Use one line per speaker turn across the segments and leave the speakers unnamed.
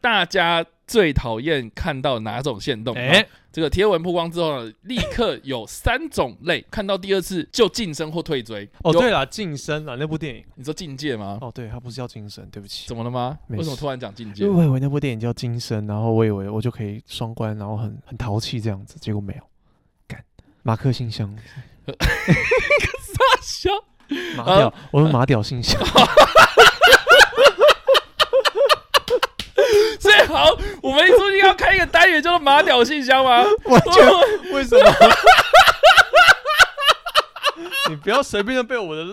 大家最讨厌看到哪种限动？
哎，
这个贴文曝光之后呢，立刻有三种类，看到第二次就晋升或退追。
哦
有，
对了，晋升啊，那部电影，
你说境界吗？
哦，对，它不是叫晋升，对不起，
怎么了吗？
没
为
事
什么突然讲境界
因为？我以为那部电影叫晋升，然后我以为我就可以双关，然后很很淘气这样子，结果没有，干，马克信 箱
笑，
麻 屌，我们马屌信箱，
最好我们说你要开一个单元叫做马屌信箱吗？
完全为什么？ 你不要随便的被我的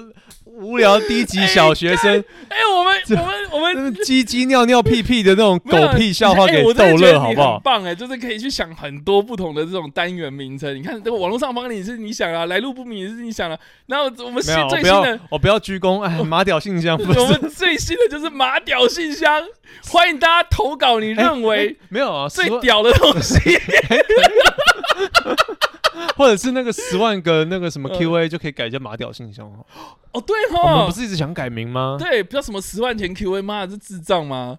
无聊低级小学生
哎、我们
这
我们我们
那种鸡鸡尿尿屁屁的那种
没有
狗屁笑话
哎
给
我真的
逗
觉得你
乐，好不
很
好？
棒哎、就是可以去想很多不同的这种单元名称。你看，这个网络上帮你是你想啊，来路不明也是你想啊。然后我们
没
新
有，我
最
不
新
要
的，，
我不要鞠躬，哎，马屌信箱不
我
是。
们最新的就是马屌信箱，欢迎大家投稿你
哎
认为
哎没有啊，
最
十万
屌的东西。
或者是那个十万个那个什 么
嗯
Q A 就可以改叫马屌信呃箱哦。
哦，对
我们
哦
不，是一直想改名吗？
对，不要什么十万钱 Q A，妈的，这智障吗？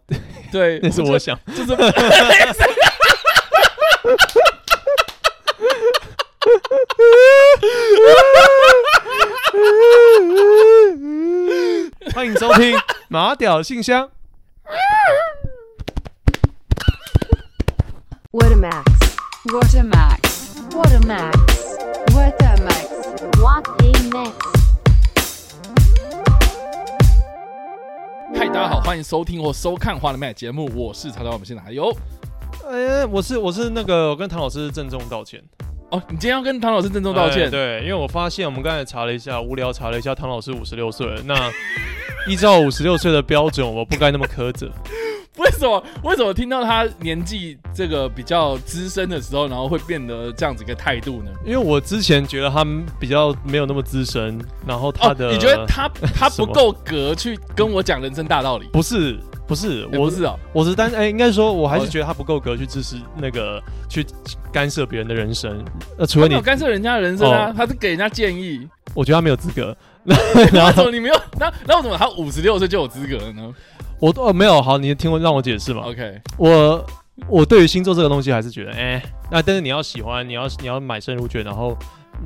对，
那是
们
我 想，
就就是。
欢迎收 听马屌信箱。
What a max. What a max. What a max. What a max. What a max.
嗨，大家好，欢迎收听或收看《花了麦》节目，我是查查，我们是哪有？
哎，我是我是那个，我跟唐老师郑重道歉，
哦，你今天要跟唐老师郑重道
哎
歉。
对，因为我发现我们刚才查了一下，无聊查了一下，唐老师五十六岁了。 那依照五十六岁的标准，我不该那么苛责。
为什么？为什么听到他年纪这个比较资深的时候，然后会变得这样子一个态度呢？
因为我之前觉得他们比较没有那么资深，然后他
哦
的、，
你觉得他他
什
不
么
够格去跟我讲人生大道理？
不是不是，
哎不
我
是哦，
我是单哎、应该说我还
哦
是觉得他不够格去支持那个去干涉别人的人生。呃，除了
他没
你
有，干涉人家的人生啊
哦，
他是给人家建议。
我 觉得他没有资格。然
为什
后
么你没有？那那为什么他五十六岁就有资格了呢
我哦没有好，你听我让我解释嘛。
？OK，
我我对于星座这个东西还是觉得哎、那但是你要喜欢，你要你要买深入卷，然后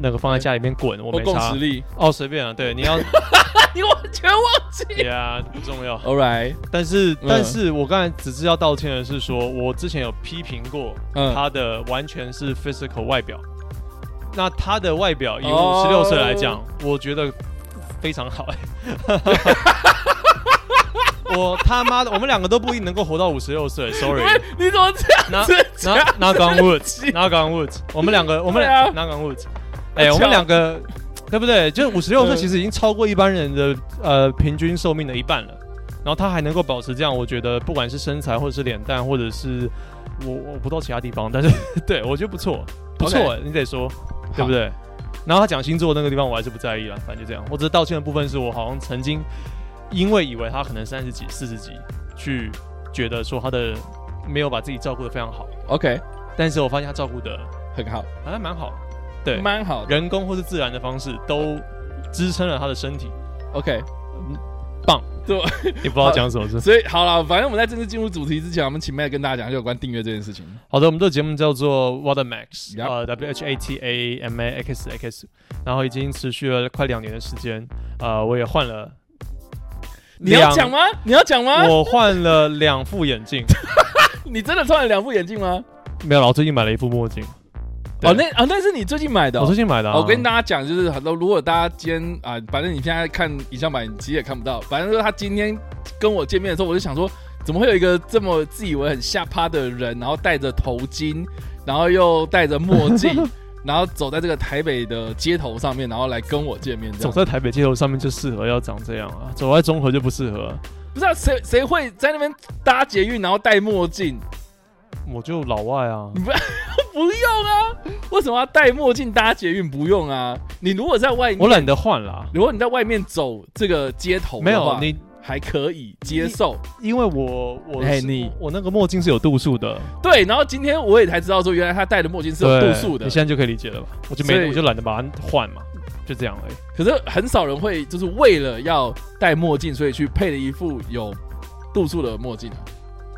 那个放在家里面滚，我
我
没
共
差
识。力，
哦，随便啊，对，你 要
你完全忘记。
呀不重要。
All right，
但是
嗯
但是我刚才只是要道歉的是说，我之前有批评过
嗯，
他的完全是 physical 外表。那他的外表以五
哦
十六岁来讲，我觉得非 常好、我他妈的，我们两个都不一定能够活到五十六岁，sorry。
哎
啊
你怎么 这样
那
子讲？
那那 on
气
wood，那 on wood，我们两个，我们
对啊
俩那 on wood，哎，我们两个对不对？就五十 六岁，
嗯
其实已经超过一般人的呃平均寿命的一半了。然后他还能够保持这样，我觉得不管是身材，或者是脸蛋，或者是我我不知道其他地方，但是 对我觉得不错，不错
OK
你得说对不对？然后他讲星座那个地方，我还是不在意了，反正就这样。我只是道歉的部分是我好像曾经因为以为他可能三十几、四十几，去觉得说他的没有把自己照顾的非常好，
？OK，
但是我发现他照顾的
很好，
好像啊蛮好，对，
蛮好的。
人工或是自然的方式都支撑了他的身体，
OK，
棒。
对，
也不知道讲什么是。
所以好了，反正我们在正式进入主题之前，我们请麦跟大家讲一下有关订阅这件事情。
好的，我们这个节目叫做 Water Max，
Yup
呃，W H A T A M A X X，然后已经持续了快两年的时间，呃，我也换了
你要
两
讲吗？你要讲吗？
我换了两副 眼镜，
你真的穿了两副眼镜吗？
没有啦，我最近买了一副墨镜。对
哦，那哦，那是你最近买的哦、
我最近买的、啊。
哦我跟大家讲，就是很多，如果大家今天啊、反正你现在看影像版，你其实也看不到。反正就是他今天跟我见面的时候，我就想说，怎么会有一个这么自以为很下趴的人，然后戴着头巾，然后又戴着墨镜， 然后走在这个台北的街头上面，然后来跟我见面这
走
样。
在台北街头上面就适合要长这样啊，走在中和就不适合啊、
不是、啊、谁谁会在那边搭捷运，然后戴墨镜？
我就老外啊。
不用啊，为什么要戴墨镜搭捷运？不用啊，你如果在外，
我懒得换啦。
如果你在外面走这个街头的
没有
话
你，
还可以接受。
因为我我
哎
是
你
我那个墨镜是有度数的，
对，然后今天我也才知道说，原来他戴的墨镜是有
对
度数的
你。现在就可以理解了吧？我就
所以
没我就懒得把它换嘛，就这样而已。
可是很少人会就是为了要戴墨镜，所以去配了一副有度数的墨镜啊。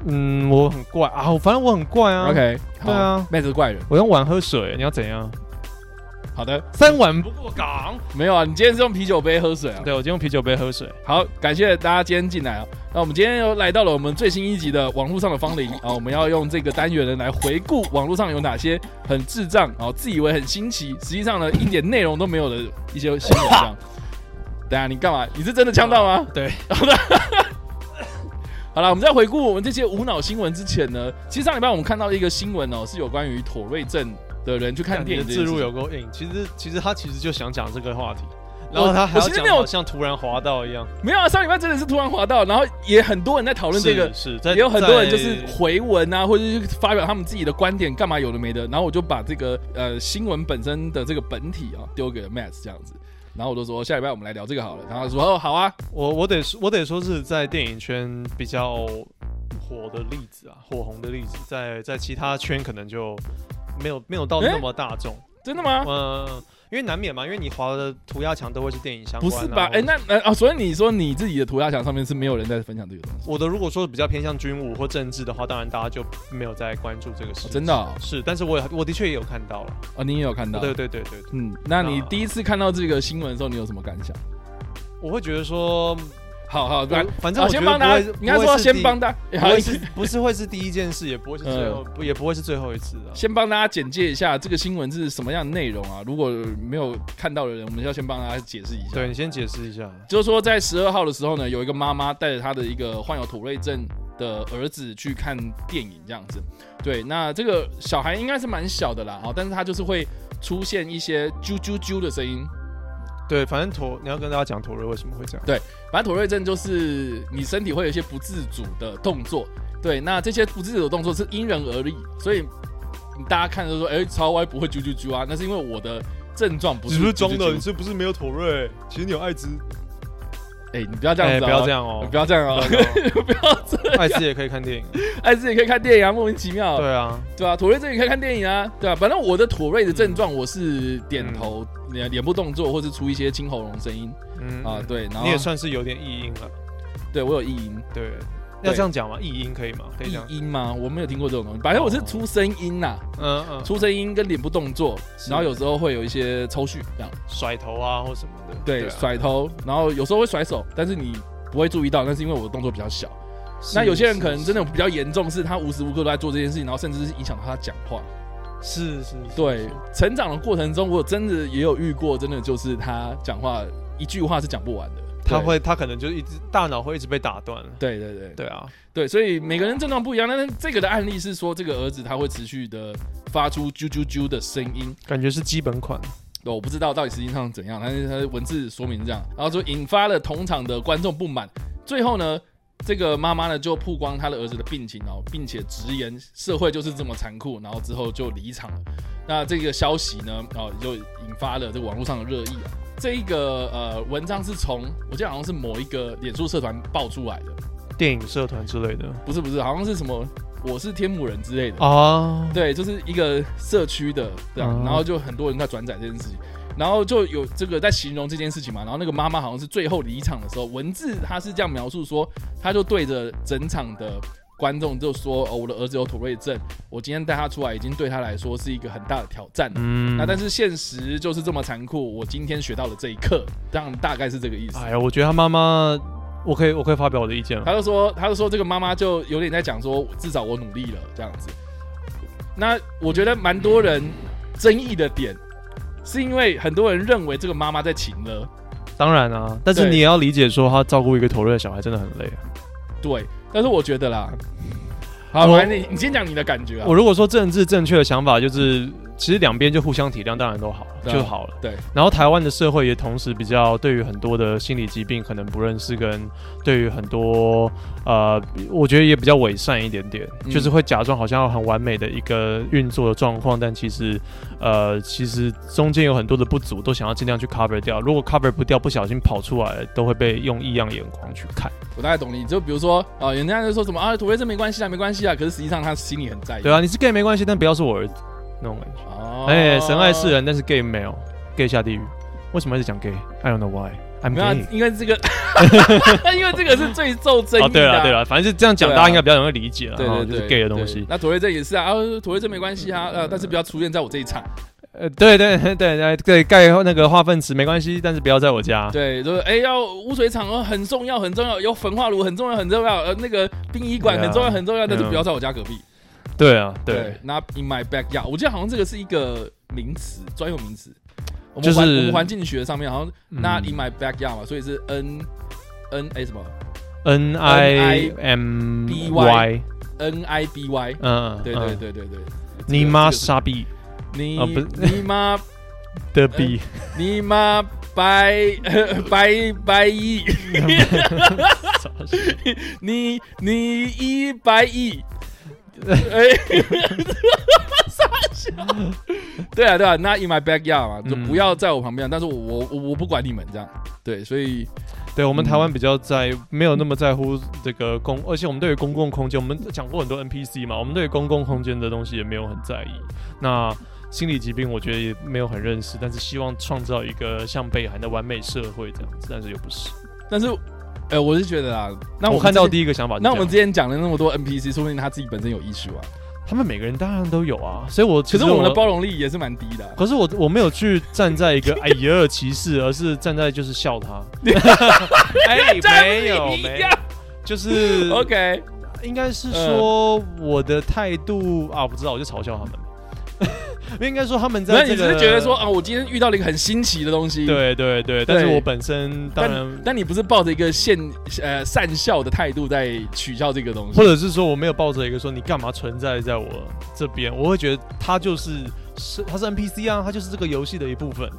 嗯，我很怪啊，我反正我很怪啊。
OK，好
对啊，
妹子是怪人，
我用碗喝水，你要怎样？
好的，
三碗不过岗。
没有啊，你今天是用啤酒杯喝水啊。
对，我就用啤酒杯喝水。
好，感谢大家今天进来啊。那我们今天又来到了我们最新一集的网络上的芳龄啊，我们要用这个单元呢来回顾网络上有哪些很智障啊，自以为很新奇，实际上呢一点内容都没有的一些新闻这样。 等一下你干嘛？你是真的呛到吗？
啊对，
好了，我们在回顾我们这些无脑新闻之前呢，其实上礼拜我们看到一个新闻哦，是有关于妥瑞症的人去看电
你的
影这
自
件事
入
情
有够硬。其实其实他其实就想讲这个话题，然后他还
我
要
其实
讲
没
得
有
好像突然滑到一样。
没有啊？上礼拜真的是突然滑到，然后也很多人在讨论这个，
是，在
也有很多人就
在
是回文啊，或者是发表他们自己的观点，干嘛有的没的。然后我就把这个呃新闻本身的这个本体啊丢给了 Max 这样子，然后我就说哦下礼拜我们来聊这个好了。然后他说哦好啊，
我我得说我得说是在电影圈比较火的例子啊，火红的例子，在在其他圈可能就没有没有到
诶
那么大众，
真的吗？
嗯、因为难免嘛，因为你滑的涂鸦墙都会是电影相
不
关、啊，
是吧？
或
哎、
者
那呃啊，所以你说你自己的涂鸦墙上面是没有人在分享这个东西，
我的如果说比较偏向军武或政治的话，当然大家就没有在关注这个事、
哦真的哦
是，但是我也我的确也有看到了，
哦，你也有看到？
对对对对对，
嗯，那你
那
第一次看到这个新闻的时候，你有什么感想？
我会觉得说，
好好，
反反正
好
我
先
觉得
帮
不
大
会
家，应该说先帮，大
不
家，好
会是第不会是不是会是第一件事，也不会是最
嗯
后，不也不会是最后一次的。啊
先帮大家简介一下这个新闻是什么样的内容啊？如果没有看到的人，我们要先帮大家解释一下。
对你先解释一下，
就是说在十二号的时候呢，有一个妈妈带着她的一个患有妥瑞症的儿子去看电影，这样子。对，那这个小孩应该是蛮小的啦，哦好，但是他就是会出现一些啾啾啾的声音。
对，反正陀你要跟大家讲陀瑞为什么会这样。
反正妥瑞症就是你身体会有一些不自主的动作，对，那这些不自主的动作是因人而异，所以大家看着说，哎、超歪不会啾啾啾啊，那是因为我的症状不是啾啾啾
是不是没有陀瑞？其实你有艾滋。
哎、你不要这样
哎，
子、
不要这
样、
样哦
不，要这样哦、 不要这样，
艾滋也可以看电影。
哎，自己可以看电影啊，莫名其妙，
对啊，
对啊，妥瑞症也可以看电影啊，对啊，反正我的妥瑞的症
嗯
状，我是点头、脸脸部动作，或是出一些清喉咙声音
嗯
啊，，对，然后
你也算是有点异音了。
对我有异音，
对，
对
要这样讲吗？异音可以吗？可以
异
这样。
音吗？我没有听过这种东西，反正我是出声音呐、
嗯嗯，
出声音跟脸部动作，然后有时候会有一些抽搐这样，
甩头啊或什么的。
对，
啊
甩头，然后有时候会甩手，但是你不会注意到，那是因为我的动作比较小。
是
那有些人可能
是
真的比较严重，是他无时无刻都在做这件事情，然后甚至是影响到他讲话。
是是，是
对，成长的过程中，我真的也有遇过，真的就是他讲话一句话是讲不完的，
他
对。
会他可能就一直大脑会一直被打断。
对对对
对啊，
对，所以每个人症状不一样，但是这个的案例是说，这个儿子他会持续的发出啾啾啾的声音，
感觉是基本款。
哦我不知道到底实际上怎样，但是他的文字说明是这样，然后就引发了同场的观众不满。最后呢，这个妈妈呢就曝光她的儿子的病情哦，并且直言社会就是这么残酷，然后之后就离场了。那这个消息呢，哦，就引发了这个网络上的热议啊。这一个呃文章是从我记得好像是某一个脸书社团爆出来的，
电影社团之类的
不是不是，好像是什么我是天母人之类的
啊，
对，就是一个社区的这样，
嗯
然后就很多人在转载这件事情，然后就有这个在形容这件事情嘛，然后那个妈妈好像是最后离场的时候，文字她是这样描述说，她就对着整场的观众就说，哦，我的儿子有妥瑞症，我今天带他出来已经对他来说是一个很大的挑战了。
嗯
那但是现实就是这么残酷，我今天学到了这一课，这样大概是这个意思。
哎呀，我觉得他妈妈，我可以我可以发表我的意见了。
他就说，他就说这个妈妈就有点在讲说，至少我努力了这样子。那我觉得蛮多人争议的点，是因为很多人认为这个妈妈在请了，
当然啊，但是
对
你也要理解说，他照顾一个投入的小孩真的很累啊。
对。但是我觉得啦，好，
我
来你你先讲你的感觉啊
我。如果说政治正确的想法就是，其实两边就互相体谅，当然都好
对啊
就好了。
对。
然后台湾的社会也同时比较对于很多的心理疾病可能不认识，跟对于很多呃，我觉得也比较伪善一点点，
嗯
就是会假装好像很完美的一个运作的状况，但其实呃，其实中间有很多的不足，都想要尽量去 cover 掉。如果 cover 不掉，不小心跑出来，都会被用异样眼光去看。
我大概懂你，就比如说啊、人家就说什么啊，土味症没关系啊，没关系啊，可是实际上他心里很在意。
对啊，你是 gay 没关系，但不要是我儿子那种感觉。
哦
哎哎、神爱世人，但是 gay 没有，gay 下地狱。为什么一直讲 gay？I don't know why。 I'm
没有啊
gay，。
因为这 个，因为这个是最受争
哦，
议
对
的啊、
了对了，反正就这样讲，
对啊
大家应该比较容易理解了，
对
哈
对
就
对，
是 gay 的
对
东西。
那妥瑞症也是啊，啊，妥瑞症没关系啊，呃，但是不要出现在我这一场。
呃，对对对对对，盖那个化粪池没关系，但是不要在我 家。
对，就是哎，要污水厂哦，很重要，很重要，有焚化炉很重要，很重要，呃，那个殡仪馆
对啊
很重要，很重要，但是
嗯
不要在我家隔壁。
对啊，对，
，Not in my backyard。我记得好像这个是一个名词，专有名词。我
就
们
是
环我们环境学上面好像
嗯
Not in my backyard 嘛，所以是 N N 哎什么
N I M
B
Y，
Y N I B Y。
嗯，
对对对对对，
嗯，你妈傻逼
你
啊不是
你妈
的逼，
你妈 白白白一，你你一白 一，哎，傻笑。对啊，对啊，Not in my backyard 嘛，就
嗯
不要在我旁边，但是我我我不管你们这样。对，所以
对我们
嗯
台湾比较在没有那么在乎这个公，而且我们对于公共空间，我们讲过很多 NPC 嘛，我们对于公共空间的东西也没有很在意。那心理疾病我觉得也没有很认识，但是希望创造一个像北韩的完美社会这样子，但是又不是。
但是，呃，我是觉得啊，那
那
我
我
们
看到
之前，
第一个想法是这
那
样，
我们之前讲了那么多 NPC，说不定他自己本身有 issue 啊。
他们每个人当然都有啊，所以我
可
其
是
实
我们的包容力也是蛮低的啊、
可是我我没有去站在一个哎呀歧视，而是站在就是 笑他。哎， 没有
你
没
一
有
样，
就是
，OK，
应该是
呃
说我的态度啊，我不知道，我就嘲笑他们。 应该说他们
那
在
你
这
只是
个，
觉得说啊，我今天遇到了一个很新奇的东西，，
对对对，但是
对
我本身当然
但，但你不是抱着一个现呃善笑的态度在取笑这个东西
或，者是说我没有抱着一个说你干嘛存在在我这边，我会觉得他就是是他是 NPC 啊，他就是这个游戏的一部分。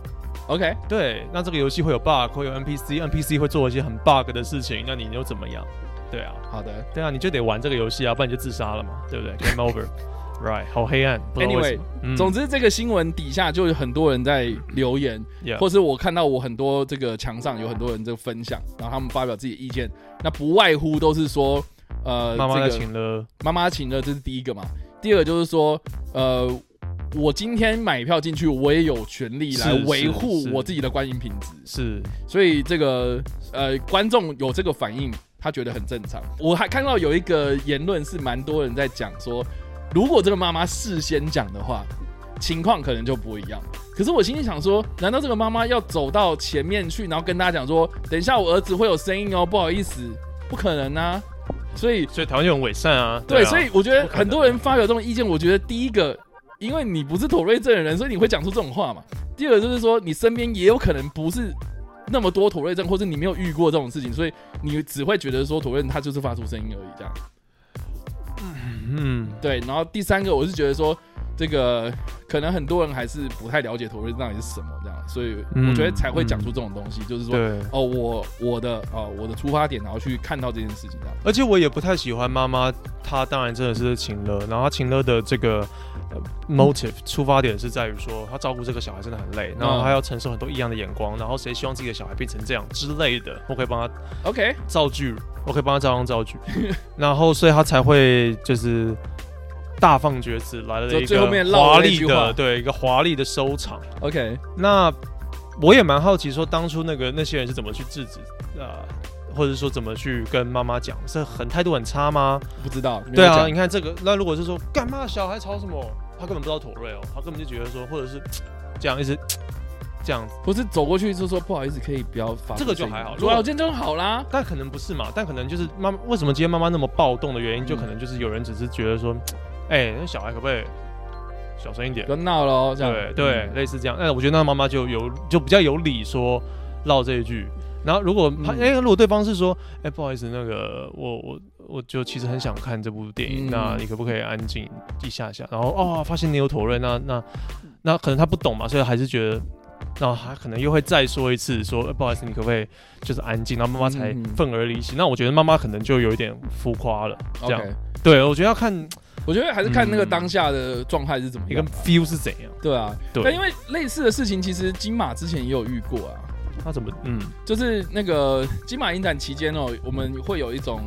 OK，
对，那这个游戏会有 bug，会有 NPC，NPC 会做一些很 bug 的事情，那你又怎么样？对啊，
好的
对啊，你就得玩这个游戏啊，不然你就自杀了嘛，对不对？Game over，right？好黑暗，不知道为什么。嗯
总之，这个新闻底下就有很多人在留言，嗯
yeah,
或是我看到我很多这个墙上有很多人在分享，然后他们发表自己的意见，那不外乎都是说，呃，
妈妈
这个
在请了，
妈妈请了，这是第一个嘛。第二个就是说，呃，我今天买票进去，我也有权利来
是是
维护
是
我自己的观影品质。
是
所以这个呃，观众有这个反应，他觉得很正常。我还看到有一个言论是蛮多人在讲说，如果这个妈妈事先讲的话，情况可能就不一样。可是我心里想说，难道这个妈妈要走到前面去，然后跟大家讲说，等一下我儿子会有声音哦，不好意思，不可能啊。所以
所以台湾就很伪善啊。
对，
啊
所以我觉得
不可能
很多人发表这种意见，我觉得第一个，因为你不是妥瑞症的人，所以你会讲出这种话嘛。第二个就是说，你身边也有可能不是那么多妥瑞症，或者你没有遇过这种事情，所以你只会觉得说妥瑞症他就是发出声音而已这样。
嗯，
对，然后第三个，我是觉得说这个可能很多人还是不太了解妥瑞症到底是什么这样，所以我
嗯
觉得才会讲出这种东西，就是说。
对。
哦，我我的哦，我的出发点，然后去看到这件事情，这样
而且我也不太喜欢妈妈，她当然真的是情勒，然后她情勒的这个、呃 motive 出发点是在于说，她照顾这个小孩真的很
嗯
累，然后她要承受很多异样的眼光，然后谁希望自己的小孩变成这样之类的，我可以帮她
OK，
造句， 我可以帮她照样造句，然后所以她才会就是大放厥词，来了
就
一
最
个
后面落
华
了那
丽
句话
的，对，一个华丽的收场。
OK，
那我也蛮好奇，说当初那个那些人是怎么去制止啊、呃或者说怎么去跟妈妈讲，是很态度很差吗？
不知道，没有
对啊，
讲
你看这个，那如果是说干嘛小孩吵什么，他根本不知道妥瑞哦，他根本就觉得说，或者是这样一直这样子，
不是走过去就说不好意思，可以不要发出
这个就
声音
还好如
对
果
啊，我今天就好啦。
但可能不是嘛，但可能就是妈妈为什么今天妈妈那么暴动的原因，就可
嗯
能就是有人只是觉得说，哎、那小孩可不可以小声一点
不？要闹了哦，这样
对对，类似这样。那我觉得那妈妈就有就比较有理说唠这一句。然后如果他
嗯
哎、如果对方是说，哎、不好意思，那个我我我就其实很想看这部电影，
嗯
那你可不可以安静一下下？然后哦，发现你有妥瑞，那那那可能他不懂嘛，所以还是觉得。然后他可能又会再说一次，说、哎不好意思，你可不可以就是安静？然后妈妈才
嗯
愤而离席。那我觉得妈妈可能就有一点浮夸了。这
OK，
样对，我觉得要看
我觉得还是看那个
嗯
当下的状态是怎么
一个
样吧。
feel 是怎样。
对啊，
对
但因为类似的事情，其实金马之前也有遇过啊，
他怎么嗯
就是那个金马影展期间哦，我们会有一种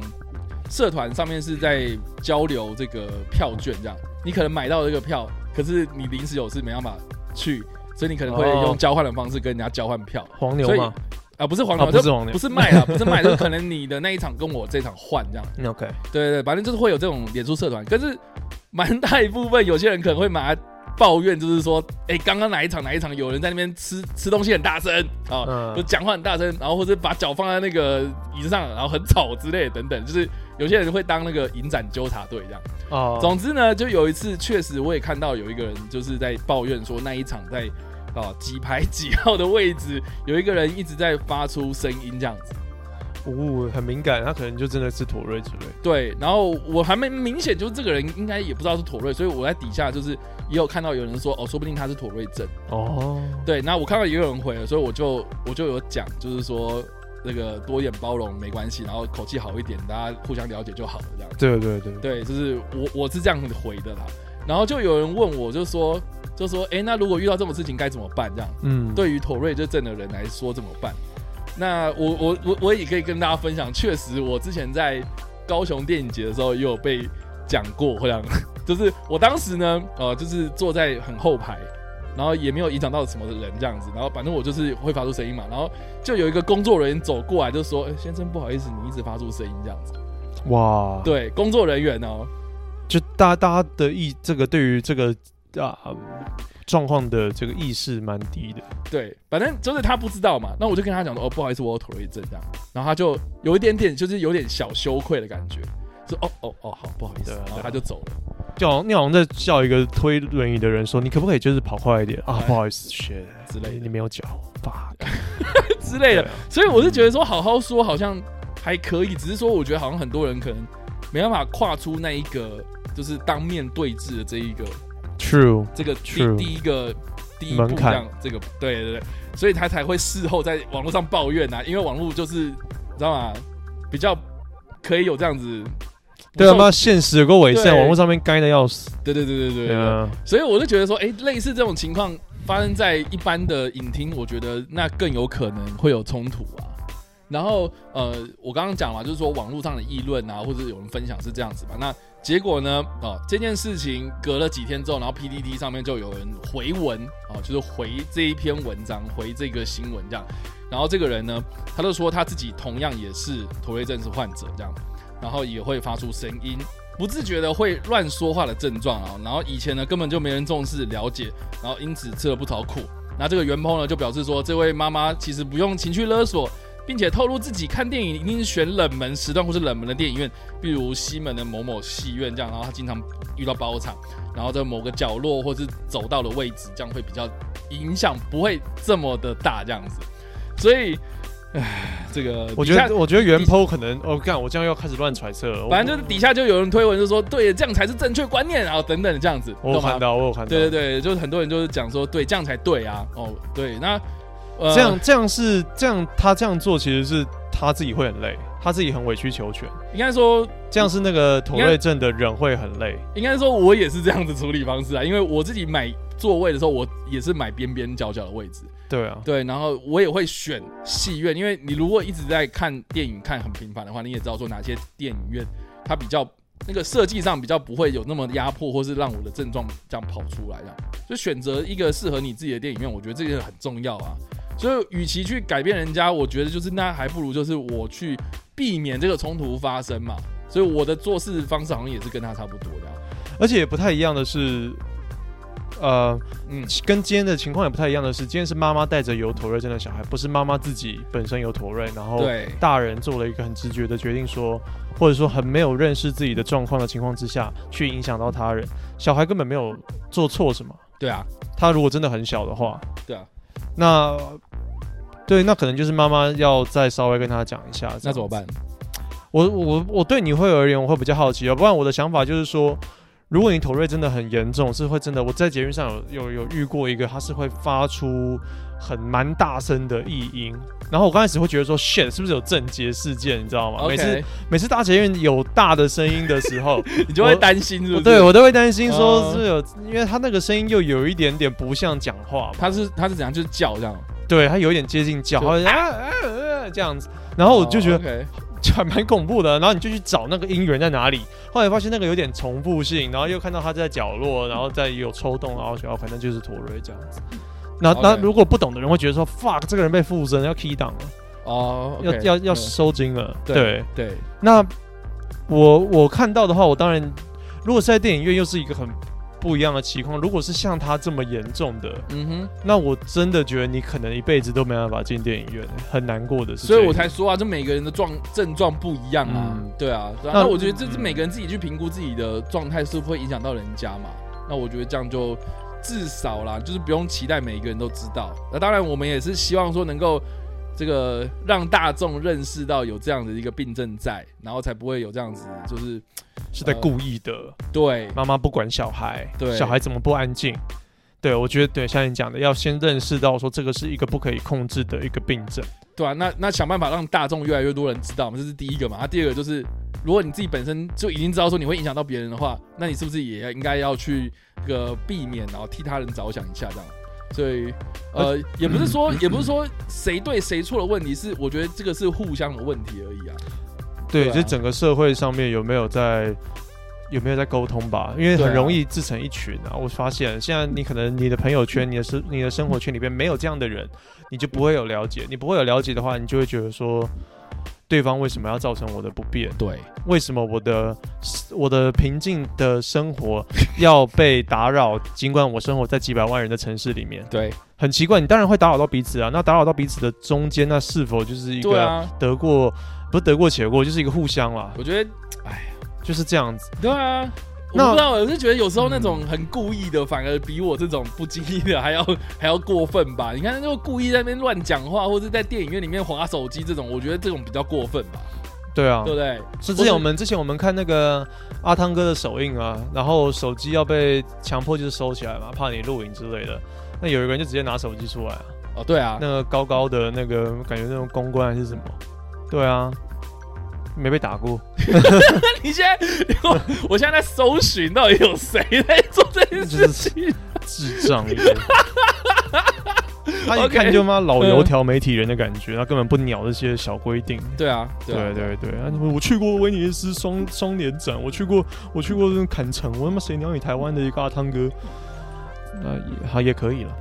社团上面是在交流这个票券，这样你可能买到这个票，可是你临时有事没办法去，所以你可能会
哦
用交换的方式跟人家交换票。
黄牛
所以
嘛？
啊，不是黄牛，
啊不是
就
黄牛
不是卖 啊，不是卖，就是可能你的那一场跟我这场换这样。
嗯 OK，
对对对，反正就是会有这种脸书社团，可是蛮大一部分有些人可能会把它抱怨，就是说，哎，刚刚哪一场哪一场有人在那边吃吃东西很大声啊，
嗯
就讲话很大声，然后或者把脚放在那个椅子上，然后很吵之类的等等，就是有些人会当那个影展纠察队这样。
哦，
总之呢，就有一次确实我也看到有一个人就是在抱怨说那一场在啊几排几号的位置有一个人一直在发出声音这样子。
哦，很敏感，他可能就真的是妥瑞之类。
对，然后我还没明显就是这个人应该也不知道是妥瑞，所以我在底下就是也有看到有人说哦，说不定他是妥瑞症。
哦，
对，那我看到也有人回了，所以我就 我就有讲，就是说那个多一点包容没关系，然后口气好一点，大家互相了解就好了这样。
对对对，
对，就是我我是这样回的啦。然后就有人问我，就说就说，哎，那如果遇到这种事情该怎么办？这样，
嗯，
对于妥瑞这症的人来说怎么办？那我我我我也可以跟大家分享，确实我之前在高雄电影节的时候也有被讲过，会让 就是我当时呢，呃，就是坐在很后排，然后也没有影响到什么的人这样子，然后反正我就是会发出声音嘛，然后就有一个工作人员走过来就说：“哎先生，不好意思，你一直发出声音这样子。
哇”，，
对，工作人员哦，
就大家大家的意这个对于这个啊状况的这个意识蛮低的。
对，反正就是他不知道嘛，那我就跟他讲说，哦，不好意思，我有妥瑞症这样，然后他就有一点点，就是有点小羞愧的感觉，说，哦哦哦，好，不好意思，
对啊
然后
对啊
他就走了。
就好像你好像在叫一个推轮椅的人说，你可不可以就是跑快一点啊？
哎
不好意思，学
之类的
你没有脚，啊爸
之类的。所以我是觉得说，好好说好像还可以，只是说我觉得好像很多人可能没办法跨出那一个，就是当面对峙的这一个
True，
这个第
True
第一个第一步
门
这
槛
样，这个对对对，所以他才会事后在网络上抱怨啊，因为网络就是你知道吗，比较可以有这样子。
对啊，妈，现实有个伪善，
对
网络上面该的要死。
对对对对对对
对啊，
所以我就觉得说，哎、类似这种情况发生在一般的影厅，我觉得那更有可能会有冲突啊。然后呃，我刚刚讲嘛，就是说网络上的议论啊，或者有人分享是这样子嘛。那结果呢，哦，这件事情隔了几天之后，然后 PDD 上面就有人回文哦，就是回这一篇文章，回这个新闻这样。然后这个人呢，他就说他自己同样也是妥瑞症是患者这样，然后也会发出声音，不自觉的会乱说话的症状啊。然后以前呢根本就没人重视了解，然后因此吃了不少苦。那这个袁鹏呢就表示说，这位妈妈其实不用情绪勒索，并且透露自己看电影一定是选冷门时段或是冷门的电影院，比如西门的某某戏院这样。然后她经常遇到包场，然后在某个角落或是走道的位置，这样会比较影响不会这么的大这样子。所以，唉，这个
我
底
觉
下
得我觉得原 PO 可能，哦，干，我这样又开始乱揣测了。
反正就是底下就有人推文，就说对，这样才是正确观念，然后等等这样子，
我我有
懂
看
吗？
到，我有看到。
对对对，就是很多人就是讲说，对，这样才对啊，哦，对，那、呃、
这样这样是这样，他这样做其实是他自己会很累，他自己很委曲求全。
应该说，
这样是那个妥
应该
瑞症的人会很累。
应该说我也是这样子处理方式啊，因为我自己买座位的时候，我也是买边边角角的位置，
对啊，
对，然后我也会选戏院，因为你如果一直在看电影看很频繁的话，你也知道说哪些电影院它比较那个设计上比较不会有那么压迫，或是让我的症状这样跑出来这样。就选择一个适合你自己的电影院，我觉得这个很重要啊。所以，与其去改变人家，我觉得就是那还不如就是我去避免这个冲突发生嘛。所以我的做事方式好像也是跟他差不多的啊、
而且也不太一样的是，呃，
嗯，
跟今天的情况也不太一样的是，今天是妈妈带着有妥瑞症的小孩，不是妈妈自己本身有妥瑞，然后
对
大人做了一个很直觉的决定说或者说很没有认识自己的状况的情况之下，去影响到他人。小孩根本没有做错什么，
对啊，
他如果真的很小的话，
对啊，
那对，那可能就是妈妈要再稍微跟他讲一下。这
那
样
怎么办？
我我我对你会而言，我会比较好奇哦。不然我的想法就是说，如果你头瑞真的很严重，是会真的。我在节目上有有有遇过一个，他是会发出很蛮大声的异音。然后我刚开始会觉得说，shit，是不是有症结哦事件？你知道吗
o k
每次每次大捷运有大的声音的 时候，
你就会担心是不
我
是？
对我都会担心说
嗯
是不是有，因为他那个声音又有一点点不像讲话嘛，
他是他是怎样，就是叫这样。
对他有一点接近叫，
就
好像啊啊啊这样子。然后我 就觉得
哦，OK
就还蛮恐怖的。然后你就去找那个音源在哪里，后来发现那个有点重复性，然后又看到他在角落，然后再有抽动，然后觉得哦反正就是陀瑞这样子。那
OK
那如果不懂的人会觉得说 fuck 这个人被附身要 key 档了，
哦
要
OK，
要要
嗯
收金了。
对
对，
对，
那我我看到的话，我当然，如果是在电影院，又是一个很不一样的情况。如果是像他这么严重的，
嗯哼，
那我真的觉得你可能一辈子都没办法进电影院，很难过的是这
所
一
以
点。
我才说啊，这每个人的状症状不一样啊，
嗯
对啊，对啊
那
那我觉得这是
嗯
每个人自己去评估自己的状态是不会影响到人家嘛。那我觉得这样就至少啦，就是不用期待每一个人都知道。那当然，我们也是希望说能够这个让大众认识到有这样的一个病症在，然后才不会有这样子就是
是在
呃
故意的。
对
妈妈不管小孩，
对
小孩怎么不安静？对，我觉得对，像你讲的，要先认识到说这个是一个不可以控制的一个病症。
对啊，那那想办法让大众越来越多人知道嘛，这是第一个嘛。啊，第二个就是，如果你自己本身就已经知道说你会影响到别人的话，那你是不是也要应该要去这个避免，然后替他人着想一下这样？所以，呃，也不是说也不是说谁对谁错的问题，是我觉得这个是互相的问题而已啊。
对，
对啊
就整个社会上面有没有在有没有在沟通吧？因为
对啊
很容易自成一群啊。我发现现在你可能你的朋友圈、你的生你的生活圈里边没有这样的人，你就不会有了解。你不会有了解的话，你就会觉得说。对方为什么要造成我的不便？
对，
为什么我的我的平静的生活要被打扰？尽管我生活在几百万人的城市里面，
对，
很奇怪，你当然会打扰到彼此啊。那打扰到彼此的中间，那是否就是一
对
个
啊，
得过、不是得过且过，就是一个互相啦，
我觉得，
就是这样子。
对啊。我
那
不知道，我是觉得有时候那种很故意的，反而比我这种不经意的还要 还要过分吧？你看，就故意在那边乱讲话，或者在电影院里面划手机这种，我觉得这种比较过分吧，
对啊，
对不对？
是
或
之
是
前我们之前我们看那个阿汤哥的首映啊，然后手机要被强迫就是收起来嘛，怕你录影之类的。那有一个人就直接拿手机出来啊，
哦，对啊
那，个高高的那个感觉那种公关还是什么？对啊，没被打过。
你现在 我我现在在搜寻到底有谁在做这件事情，
智障一个。他一
OK 嗯
看就妈老油条媒体人的感觉，他根本不鸟这些小规定。
对啊，对啊
对对对，啊我去过威尼斯双双年展，我去过我去过坎城，我他妈谁鸟你台湾的一个阿汤哥？那也好也可以了。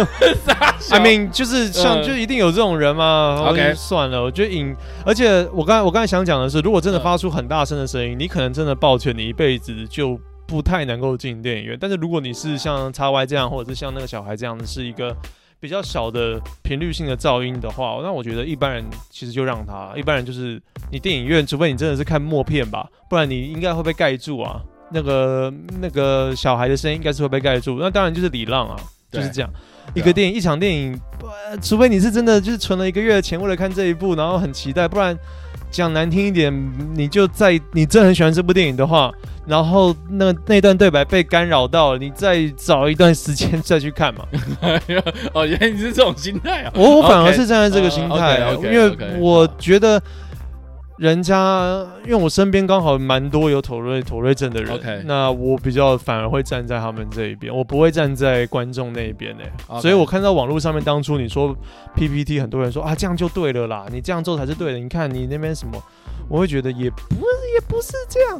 I mean，就是像
嗯
就一定有这种人嘛。
OK
我就算了，我觉得影，而且我刚才我刚才想讲的是，如果真的
嗯
发出很大声的声音，你可能真的抱歉，你一辈子就不太能够进电影院。但是如果你是像 X Y 这样，或者是像那个小孩这样，是一个比较小的频率性的噪音的话，那我觉得一般人其实就让他，一般人就是你电影院，除非你真的是看默片吧，不然你应该会被盖住啊。那个那个小孩的声音应该是会被盖住，那当然就是礼让啊，就
对
是这样。一
对啊
个电影，一场电影，呃，除非你是真的就是存了一个月的钱为了看这一部，然后很期待，不然讲难听一点，你就在你真的很喜欢这部电影的话，然后那那段对白被干扰到，你再找一段时间再去看嘛。
哦，原来你是这种心态啊，
我我
OK，
反而是站在这个心态啊、
呃，OK，OK，OK，
因为
好
我觉得人家，因为我身边刚好蛮多有妥瑞妥瑞症的人
OK
那我比较反而会站在他们这一边，我不会站在观众那一边呢、
OK
所以我看到网络上面当初你说 PPT，很多人说啊这样就对了啦，你这样做才是对的，你看你那边什么，我会觉得也不也不是这样，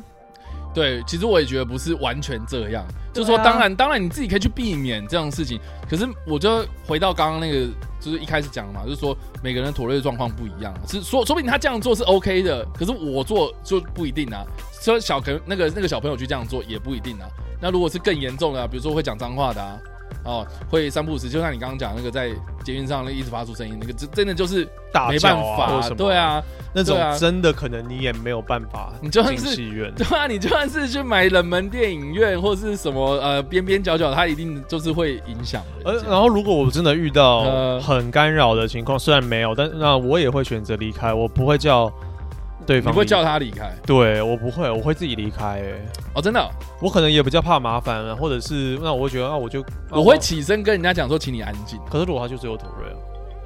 对，其实我也觉得不是完全这样，就
对
是
啊
说当然，当然你自己可以去避免这样的事情。可是我就回到刚刚那个，就是一开始讲的嘛，就是说每个人妥瑞的状况不一样，是说说不定他这样做是 OK 的，可是我做就不一定啊。说小可那个那个小朋友去这样做也不一定啊。那如果是更严重的、啊，比如说会讲脏话的啊，哦，会三不五时，就像你刚刚讲那个在捷运上那一直发出声音，那个真真的就是
大
没
叫
办
啊
法，
或者什么
对，啊，
那种
对啊
真的可能你也没有办法
你就
进
是
戏 院。
对啊，你就算是去买冷门电影院或是什么呃边边角角，它一定就是会影响
呃，
人家。
然后如果我真的遇到
呃
很干扰的情况，虽然没有，但那我也会选择离开，我不会叫对
你
方离，
不会叫他离开
对我不会，我会自己离开、欸。
哦，真的哦、
我可能也比较怕麻烦啊，或者是那我会觉得那啊我就
我会，起身跟人家讲说，请你安静。
可是如果他就只有妥瑞了，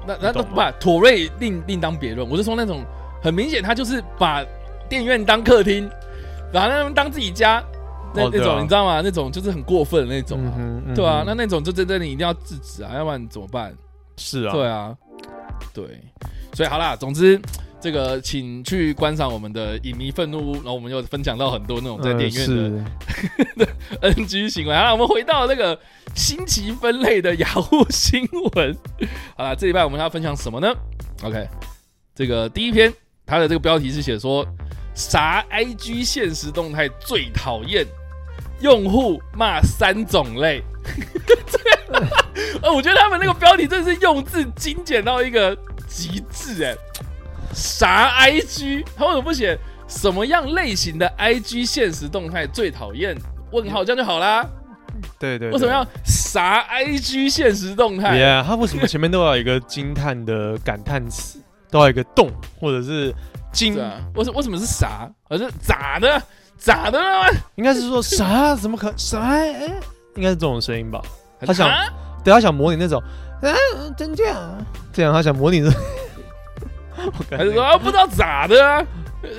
那那那
你懂
不
吗
妥瑞另另当别论。我是说那种很明显，他就是把电影院当客厅，把他们当自己家，那、那
哦对啊
种你知道吗？那种就是很过分的那种
嗯
啊、
哼，嗯
对啊
哼，
那那种就真的你一定要制止啊，要不然怎么办？
是啊，
对啊，对，所以好啦，总之。这个请去观赏我们的影迷愤怒屋，然后我们又分享到很多那种
嗯，
在电影院的
是
NG 行为。好啦，我们回到那个新奇分类的雅虎新闻。好啦，这礼拜我们要分享什么呢？OK，这个第一篇，它的这个标题是写说啥 IG 现实动态最讨厌用户骂三种类。 这个，呃，我觉得他们那个标题真的是用字精简到一个极致哎、啥 IG？他为什么不写什么样类型的 IG 现实动态最讨厌？问号这样就好啦。
对对，
为什么要啥 IG 现实动态
y e 他为什么前面都要有一个惊叹的感叹词，都要有一个动或者是惊
是？啊，为什为什么是啥？而是咋的？咋的呢？
应该是说啥？怎么可啥？哎，应该是这种声音吧？他想
啊
对，他想模拟那种，啊，真这样啊，这样他想模拟这。我感
还是说
觉
啊不知道咋的啊？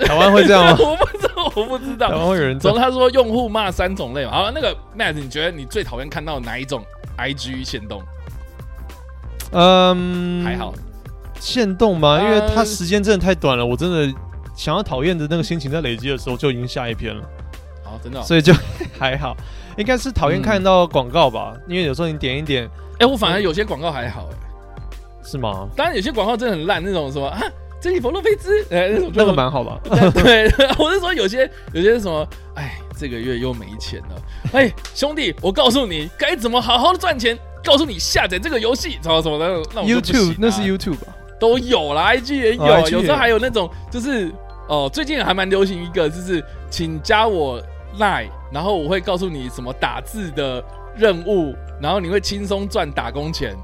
台湾会这样啊 吗？
我不知道，我不知
台
道。
湾会有人这
总
样？
之他说用户骂三种类嘛。好，那个 Matt，你觉得你最讨厌看到哪一种 IG 限动？
嗯，
还好，嗯
限动吗？因为它
呃
时间真的太短了，我真的想要讨厌的那个心情在累积的时候就已经下一篇了，
好，真的哦。
所以就还好。应该是讨厌看到广告吧，
嗯
因为有时候你点一点
哎，我反而有些广告还好，哎
是吗？
当然有些广告真的很烂，那种什么啊，珍妮佛洛佩兹，哎，那种就
那个蛮好吧？
对， 我是说有些有些什么，哎，这个月又没钱 了，哎，兄弟，我告诉你该怎么好好的赚钱，告诉你下载这个游戏，什么什么的，那种就不行
YouTube
啊
那是 YouTube 吧？
都有啦，IG 也有，
哦，IG
有时
也有
候还有那种就是哦、最近还蛮流行一个，就是请加我 Line，然后我会告诉你什么打字的任务，然后你会轻松赚打工钱，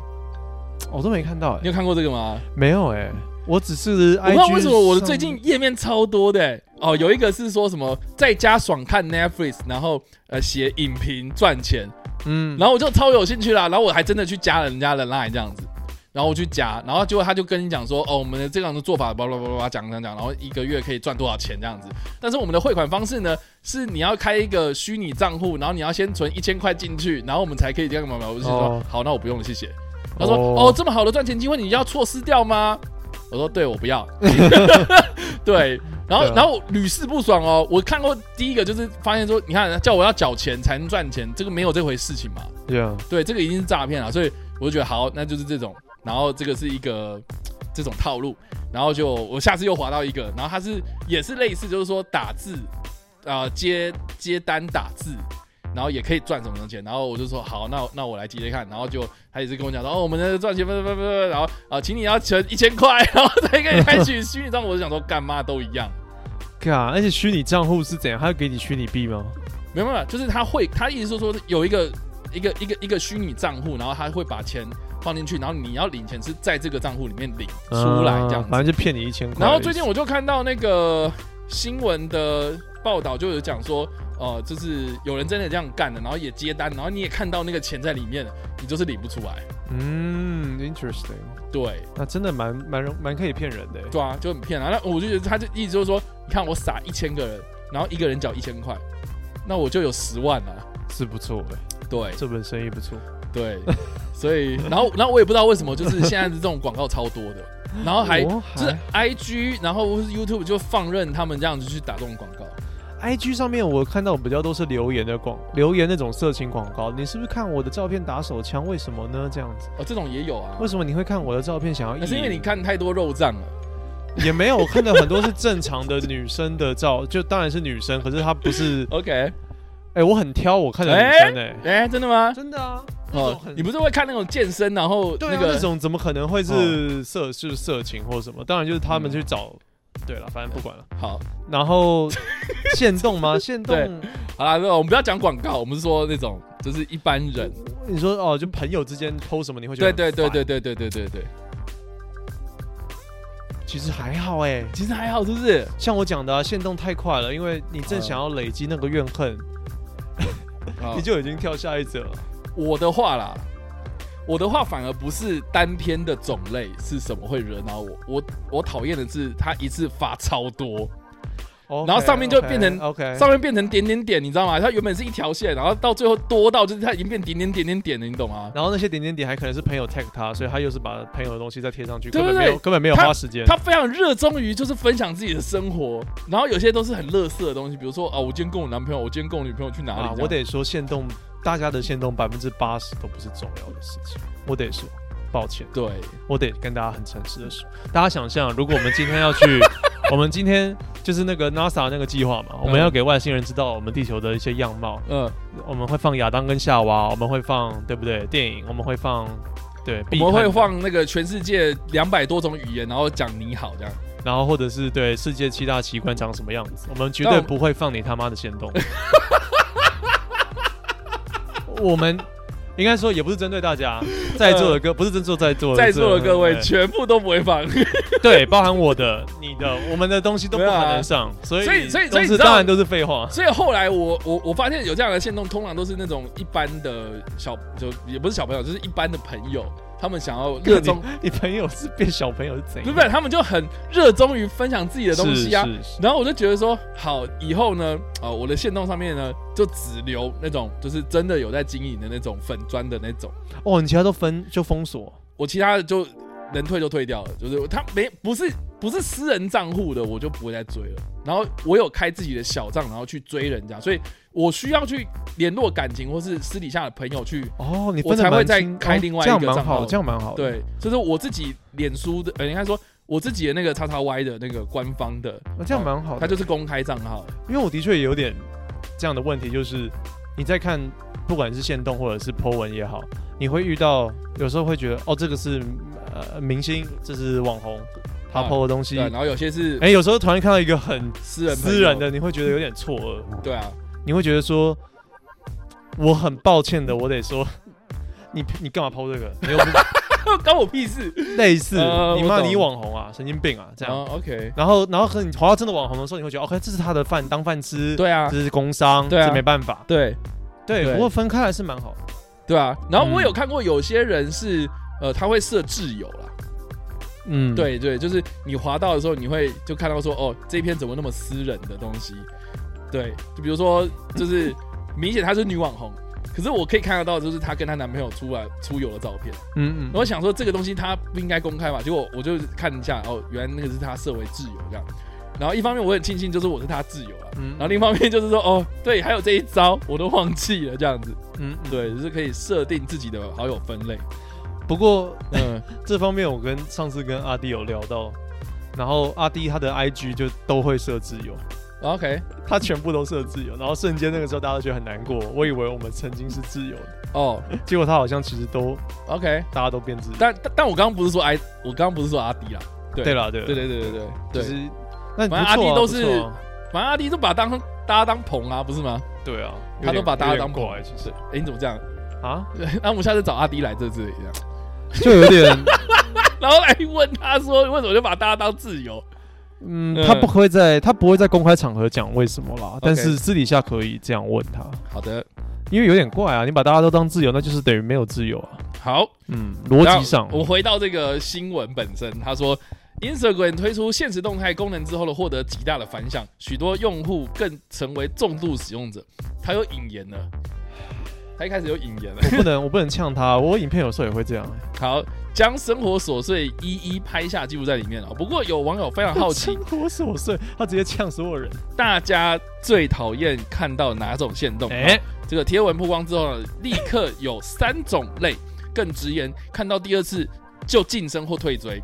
我都没看到、
你
欸，
有看过这个吗？
没有哎、我只是 IG
我不知道为什么我的
上
最近页面超多的、欸、哦，有一个是说什么在家爽看 Netflix，然后呃写影评赚钱，
嗯，
然后我就超有兴趣啦，然后我还真的去加了人家的 line 这样子，然后我去加，然后结果他就跟你讲说，哦，我们的这样的做法，巴拉巴拉巴拉讲讲讲，然后一个月可以赚多少钱这样子，但是我们的汇款方式呢，是你要开一个虚拟账户，然后你要先存一千块进去，然后我们才可以这样嘛嘛，我就说、
哦
好，那我不用了，谢谢。他说：“
哦
哦这么好的赚钱机会，你要错失掉吗？”我说：“对，我不要。” 对，然后、
对啊
然后屡试不爽哦。我看过第一个就是发现说，你看叫我要缴钱才能赚钱，这个没有这回事情嘛。
这样
对，这个一定是诈骗啊，所以我就觉得好，那就是这种，然后这个是一个这种套路，然后就我下次又滑到一个，然后它是也是类似，就是说打字，啊接接单打字。然后也可以赚什么钱，然后我就说好，那那我来接接看，然后就他也是跟我讲说，哦，我们的赚钱，不不不不，然后啊，请你要存一千块，然后再给你开启虚拟账户，我就想说干嘛都一样，
干，而且虚拟账户是怎样？他会给你虚拟币吗？
没办法，就是他会，他意思是说有一个一个一个一个虚拟账户，然后他会把钱放进去，然后你要领钱是在这个账户里面领出来这样
啊
子。
反正就骗你一千块。
然后最近我就看到那个新闻的报道，就有讲说，呃，就是有人真的这样干的，然后也接单，然后你也看到那个钱在里面了，你就是领不出来。
嗯，interesting，
对，
那真的蛮蛮容蛮可以骗人的欸。
对啊，就很骗啊。那我就觉得他就意思就是说，你看我撒一千个人，然后一个人缴一千块，那我就有十万了、
是不错哎，
对，
这本生意不错。
对，所以然后然后我也不知道为什么，就是现在的这种广告超多的，然后还
我
就是 I G，然后或是 YouTube 就放任他们这样子去打这种广告。
IG 上面我看到比较都是留言的广留言那种色情广告，你是不是看我的照片打手枪？为什么呢？这样子，
哦，这种也有啊
为，什么你会看我的照片想要意淫？
那是因为你看太多肉酱了。
也没有，我看到很多是正常的女生的照，就当然是女生，可是她不是。
OK，
哎、我很挑我看的女
哎
生哎、
哎、真的吗？
真的啊。那
哦
种，很
你不是会看那种健身，然后
对啊，
那个
那嗯种怎么可能会是色、就是色情或什么？当然就是他们去找。对了，反正不管了。
好，
嗯 然 后限动吗？限动，
好啦，那我们不要讲广告，我们是说那种就是一般人。
你说哦，就朋友之间偷什么，你会觉
对
得
对
很
对
烦
对，对对对对对，
其实还好哎、
其实还好，是不是？
像我讲的、啊，限动太快了，因为你正
嗯
想要累积那个怨恨，
啊
你就已经跳下一则了。
我的话啦，我的话反而不是单篇的种类是什么会惹恼我，我我讨厌的是他一次发超多，
哦
然后上面就变成
OK，
上面变成点点点，你知道吗？它原本是一条线，然后到最后多到就是它已经变点点点点点了，你懂吗？
然后那些点点点还可能是朋友 tag 他，所以他又是把朋友的东西再贴上去，
对
根本
对
没有根本没有花时间。
他非常热衷于就是分享自己的生活，然后有些都是很乐色的东西，比如说啊，我今天跟我男朋友，我今天跟我女朋友去哪里、
啊，我得说，限动大家的限动百分之八十都不是重要的事情，我得说，抱歉，
对，
我得跟大家很诚实的说，大家想象，如果我们今天 要去，我们今天就是那个 NASA 那个计划嘛，我们要给外星人知道我们地球的一些样貌，
嗯、
我们会放亚当跟夏娃，我们会放对不对？电影，我们会放对，
我们会
必看的，
放那个全世界两百多种语言，然后讲你好这样。
然后或者是对世界七大奇观长什么样子，我们绝
那
对
我们
不会放你他妈的行 动。我们应该说也不是针对 大家，啊在座的各不是针对在座的
在座的
这哎
各位
对
全部都不会放，
对，包含我的、你的、我们的东西都不
对啊
可能上，所以
所以所以所以
都
你
是
知道
当然都是废 话。
所以后来我我我发现有这样的线动，通常都是那种一般的小就也不是小朋友，就是一般的朋友，他们想要热衷，
你朋友是变小朋友是怎
不
样？
是他们就很热衷于分享自己的东西啊。
是是是
然后我就觉得说，好，以后呢，呃，我的线动上面呢，就只留那种就是真的有在经营的那种粉砖的那种，
哦，你其他都分就封锁，
我其他的就能退就退掉了，就是他没不是不是私人账户的，我就不会再追了。然后我有开自己的小账，然后去追人家，所以我需要去联络感情或是私底下的朋友去。
哦，你
我
分得
才会
蛮
再
清
开
哦
另外一
这样
个
蛮
账号
好，这样蛮好。，
对，就是我自己脸书的，呃，应该说我自己的那个叉叉 Y 的那个官方的，
哦这样蛮好的
它就是公开账号。
因为我的确也有点这样的问题，就是你在看不管是线动或者是 Po 文也好，你会遇到有时候会觉得哦，这个是呃明星，这是网红，他
啊
Po 的东西
对，，然后有些是
哎，有时候突然看到一个很
私人朋友
哎私人，的，你会觉得有点错愕。
对啊，
你会觉得说，我很抱歉的，我得说， 你你干嘛抛这个？你又不是
关我屁事。
类 似，
呃
你
我
骂
懂
你网红啊，神经病啊，这样。
哦 OK，
然后，然后和你滑到真的网红的时候，你会觉得，OK，这是他的饭，当饭吃，、
对啊
这，是工伤，
对啊
这没办法，
对。
对。
对
不过分开来是蛮好的，
对啊，然后我
嗯
有看过有些人是，呃，他会设挚友啦，
嗯，，
对对，就是你滑到的时候，你会就看到说，哦，这一篇怎么那么私人的东西？对，就比如说，就是明显她是女网红，可是我可以看得到，就是她跟她男朋友出来出游的照片。
嗯
然后
嗯，
我想说这个东西她不应该公开嘛，结果我就看一下，哦，原来那个是她设为挚友这样。然后一方面我很庆幸，就是我是她挚友啊。
嗯
然后另一方面就是说，哦，对，还有这一招我都忘记了，这样子，
嗯，嗯。
对，就是可以设定自己的好友分类，
不过
嗯，
这方面我跟上次跟阿弟有聊到，然后阿弟他的 IG 就都会设置有。
OK，
他全部都设 自由，然后瞬间那个时候大家都觉得很难过。我以为我们曾经是自由的，
哦、
结果他好像其实都
o k
大家都变自由。
但但但我刚刚不是说哎，我刚刚不是说阿迪啦，对
对了，对了，
对对对对对
就
对，
是那你不错、
反正
啊、
阿弟都
不错啊
反正阿迪就把大家当大家当捧啊，不是吗？
对啊，
他都把大家当
过
捧
来，其实
哎、你怎么这样？
啊，
那我们下次找阿迪来这这里这样，
就有点，
然后来问他说为什么就把大家当自由？
嗯
嗯，
他不会在他不会在公开场合讲为什么啦，但是私底下可以这样问他，
好的，
因为有点怪啊，你把大家都当自由，那就是等于没有自由啊。
好，
嗯，逻辑上
那，我回到这个新闻本身，他说。Instagram 推出现实动态功能之后呢，获得极大的反响，许多用户更成为重度使用者。他有引言了，他一开始有引言了。
我不能我不能呛他，我影片有时候也会这样、
好，将生活琐碎一一拍下记录在里面了。哦不过有网友非常好奇
生，活琐碎，他直接呛所有人。
大家最讨厌看到哪种限动？
哎、
这个贴文曝光之后呢，立刻有三种类，更直言，看到第二次就晋升或退追。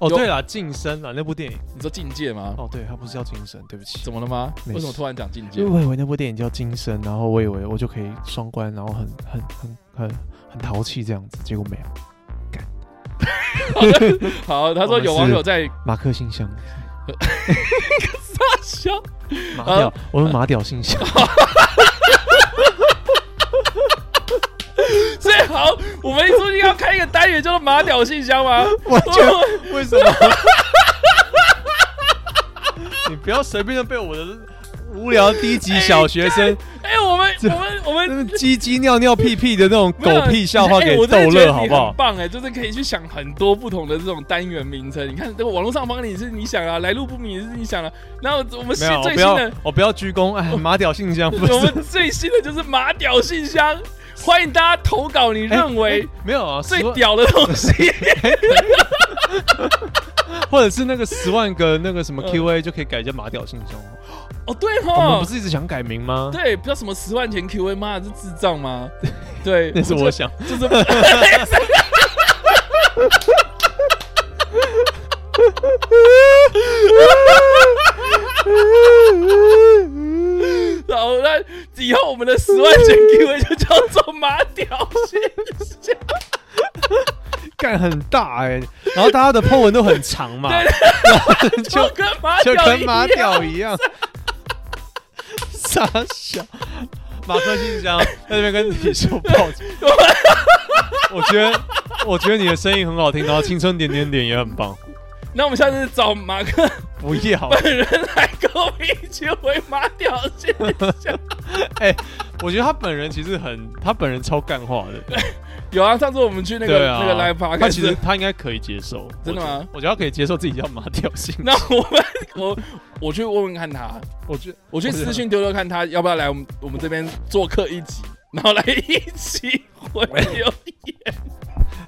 哦，
有
对了，晋升啊，那部电影。
你说境界吗？
哦，对，它不是叫晋升，对不起。
怎么了吗？
没事嗯
为什么突然讲境界
因为？我以为那部电影叫《晋升》，然后我以为我就可以双关，然后很很很很很淘气这样子，结果没有。
好，他说有网友在
马克信
啊
箱
笑，
麻掉，我们马屌 信箱。
所以好，我们说定要开一个单元叫做马屌信箱 吗？
完全为什么？ 你不要随便的被我的无聊低级小学生
哎、我们
这
我们我们
那么鸡鸡尿尿屁屁的那种
没有
狗屁笑话
哎
给
我真的
逗
觉
乐，
得你
好不
很
好？
棒哎、就是可以去想很多不同的这种单元名称。你看，这个网络上帮你是你想啊，来路不明也是你想啊。然后我们
没
是
有，我
最
不
新
要
的，，
我不要鞠躬。哎，马屌信箱不是
我们最新的就是马屌信箱，欢迎大家投稿你
哎
认为
哎没有啊，
最
十万
屌的东 西。
或者是那个十万个那个什么
嗯
Q&A 就可以改叫马屌信箱。
哦，对
我们
哦
不，是一直想改名吗？
对，不要什么十万钱 Q A，妈的，是智障吗？对，
那是我想，
就是。以后我们的十万选 Q&A 就叫做马屌现象。
干很大哎、然后大家的 po 文都很长嘛，
就跟马
就
屌
跟
一
马
样，
屌一样，傻笑。马克信箱在那边跟你说抱歉，我觉得我觉得你的声音很好听，然后青春点点点也很棒。
那我们下次找马克
不要，
本人来跟我们一起回马屌现象。
哎、我觉得他本人其实很，他本人超干话的，
有啊，上次我们去那
对
个、
啊，
那个 live p a r
他其实他应该可以接受，
真的吗
我觉得？我觉得他可以接受自己叫马屌信，
那我们我我去问问看他，
我觉得
我去私信丢丢看他要不要来我们我们这边做客一集，然后来一起回 留言，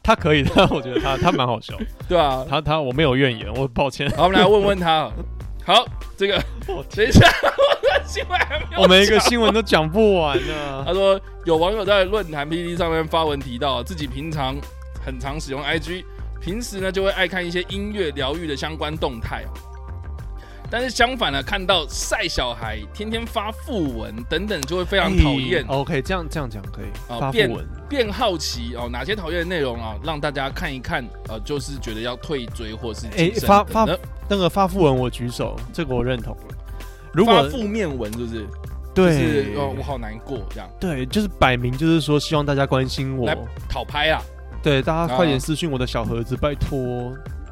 他可以的，但我觉得他他蛮好笑，
对啊，
他他我没有怨言，我抱歉。
好，我们来问问他好了。好，这个
我
等一下，我的新闻还没有。
我们一个新闻都讲不完啊呢、
他说，有网友在论坛 PPT 上面发文提到，自己平常很常使用 IG，平时呢就会爱看一些音乐疗愈的相关动态哦。但是相反呢，看到晒小孩、天天发讣文等等，就会非
非
常讨厌。
哎 OK，这样这样讲可以
哦
发
变
布文，
变好奇哦，哪些讨厌的内容啊，让大家看一看，呃，就是觉得要退追或是
哎
谨慎
发
等
发
等
那个发布文我举手，这个我认同。如
发
果
负面文，是不是？就是
对
哦，我好难过这样，
对，就是摆明就是说希望大家关心我
来，讨拍啊
对，大家快
啊
点私讯我的小盒子，拜托，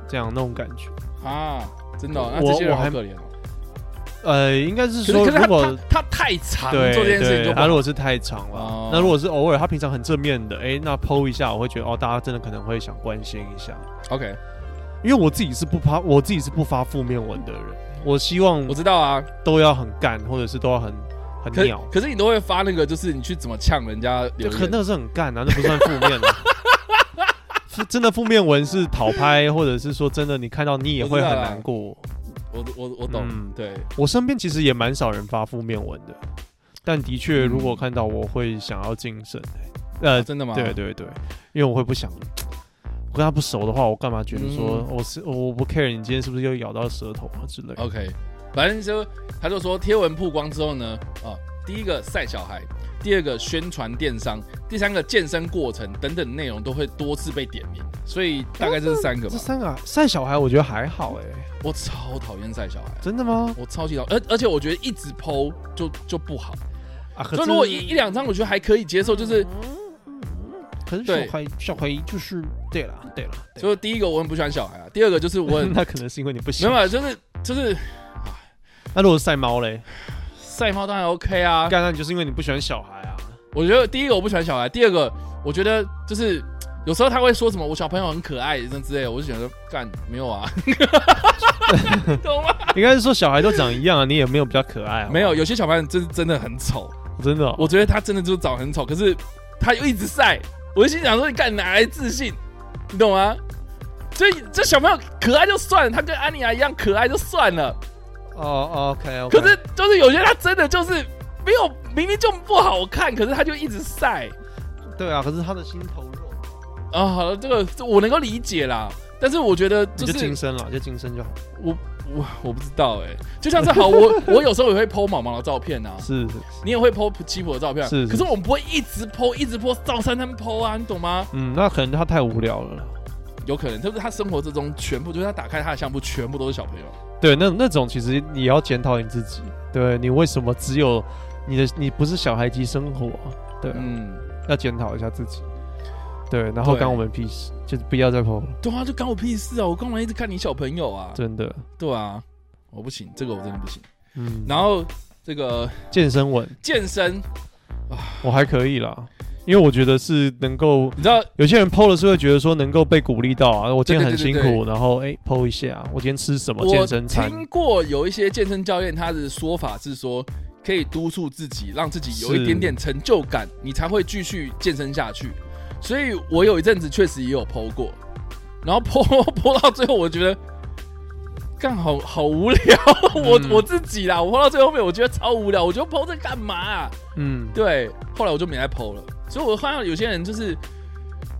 这样那种感觉。
啊，真的哦、
我
那这些人
我
好
还
可怜哦。
呃，应该是
可是
说
可是
如
他
果
他他太长
对
做这件事情就
对，
不
他
好
如果是太长
哦
了，那如果是偶尔他平常很正面的，哎，那剖一下，我会觉得哦，大家真的可能会想关心一下。
OK，
因为我自己是不发，我自己是不发负面文的人。我希望
我知道啊，
都要很干，或者是都要很很
可
鸟，
可是你都会发那个，就是你去怎么呛人家
就
留
可
言，
那个是很干啊，那不算负面的。 是真的负面文是讨拍，或者是说真的你看到你也会很难过。
我我我懂，
嗯
对，
我身边其实也蛮少人发负面文的，但的确
嗯
如果看到我会想要晋升、呃，
啊真的吗？
对对对，因为我会不想。跟他不熟的话，我干嘛觉得说
嗯哦
我是、我不 care 你今天是不是又咬到舌头啊之类的？
OK，反正就他就说贴文曝光之后呢，啊，第一个晒小孩，第二个宣传电商，第三个健身过程等等内容都会多次被点名，所以大概这是三个吧
这。三个啊晒小孩，我觉得还好哎、
我超讨厌晒小孩，
真的吗？
我超级讨，而而且我觉得一直剖就就不好，
啊，可
所
是
以如果一一两张我觉得还可以接受，就是
可是
对
小孩小孩就是对了对了，
就是第一个我很不喜欢小孩啊，第二个就是我很
那可能是因为你不
没
行
有。啊，就是就是
那如果是晒猫嘞，
晒猫当然 OK 啊。
干那你就是因为你不喜欢小孩啊。
我觉得第一个我不喜欢小孩，第二个我觉得就是有时候他会说什么我小朋友很可爱这之类的，我就觉得干没有 啊，懂吗？
应该是说小孩都长一 样啊，你也没有比较可爱啊。
没有，有些小朋友真真的很丑，
真的哦、
我觉得他真的就是长得很丑，可是他又一直晒，我就心想说你干哪来自信？你懂吗？所以这小朋友可爱就算了，他跟安妮亚一样可爱就算了，
哦，OK OK。
可是就是有些他真的就是没有，明明就不好看，可是他就一直晒。
对啊，可是他的心头肉，
啊，好了，这个这我能够理解啦，但是我觉得就
你就是晋升了，就晋升就好。
我我我不知道哎、就像是好，我 我有时候也会 PO 毛毛的照片啊，
是是，
你也会 PO 吉普的照片啊，
是
可是我们不会一直 PO 一直 PO 照三三 PO 啊，你懂吗？
嗯，那可能他太无聊了啦。
有可能，就是他生活之中全部，就是他打开他的相簿，全部都是小朋友。
对，那那种其实你要检讨你自己，对你为什么只有你的你不是小孩级生活啊、对啊，
嗯，
要检讨一下自己。对，然后
对
干我们屁事，就是不要再碰了，
对啊，就干我屁事啊！我干嘛一直看你小朋友啊？
真的。
对啊，我不行，这个我真的不行。
嗯，
然后这个
健身文
健身，
我还可以啦，因为我觉得是能够
你知道
有些人 PO 了是会觉得说能够被鼓励到啊，我今天
对
很
对对
辛苦，
对
然后哎 PO 一下，我今天吃什么
我
健身餐，
听过有一些健身教练，他的说法是说，可以督促自己，让自己有一
是
点点成就感，你才会继续健身下去。所以我有一阵子确实也有剖过，然后 剖剖到最后，我觉得干好好无聊，我、
嗯
我自己啦，我剖到最后面，我觉得超无聊，我觉得剖这干嘛、啊？
嗯，
对，后来我就没再剖了。所以我看到有些人就是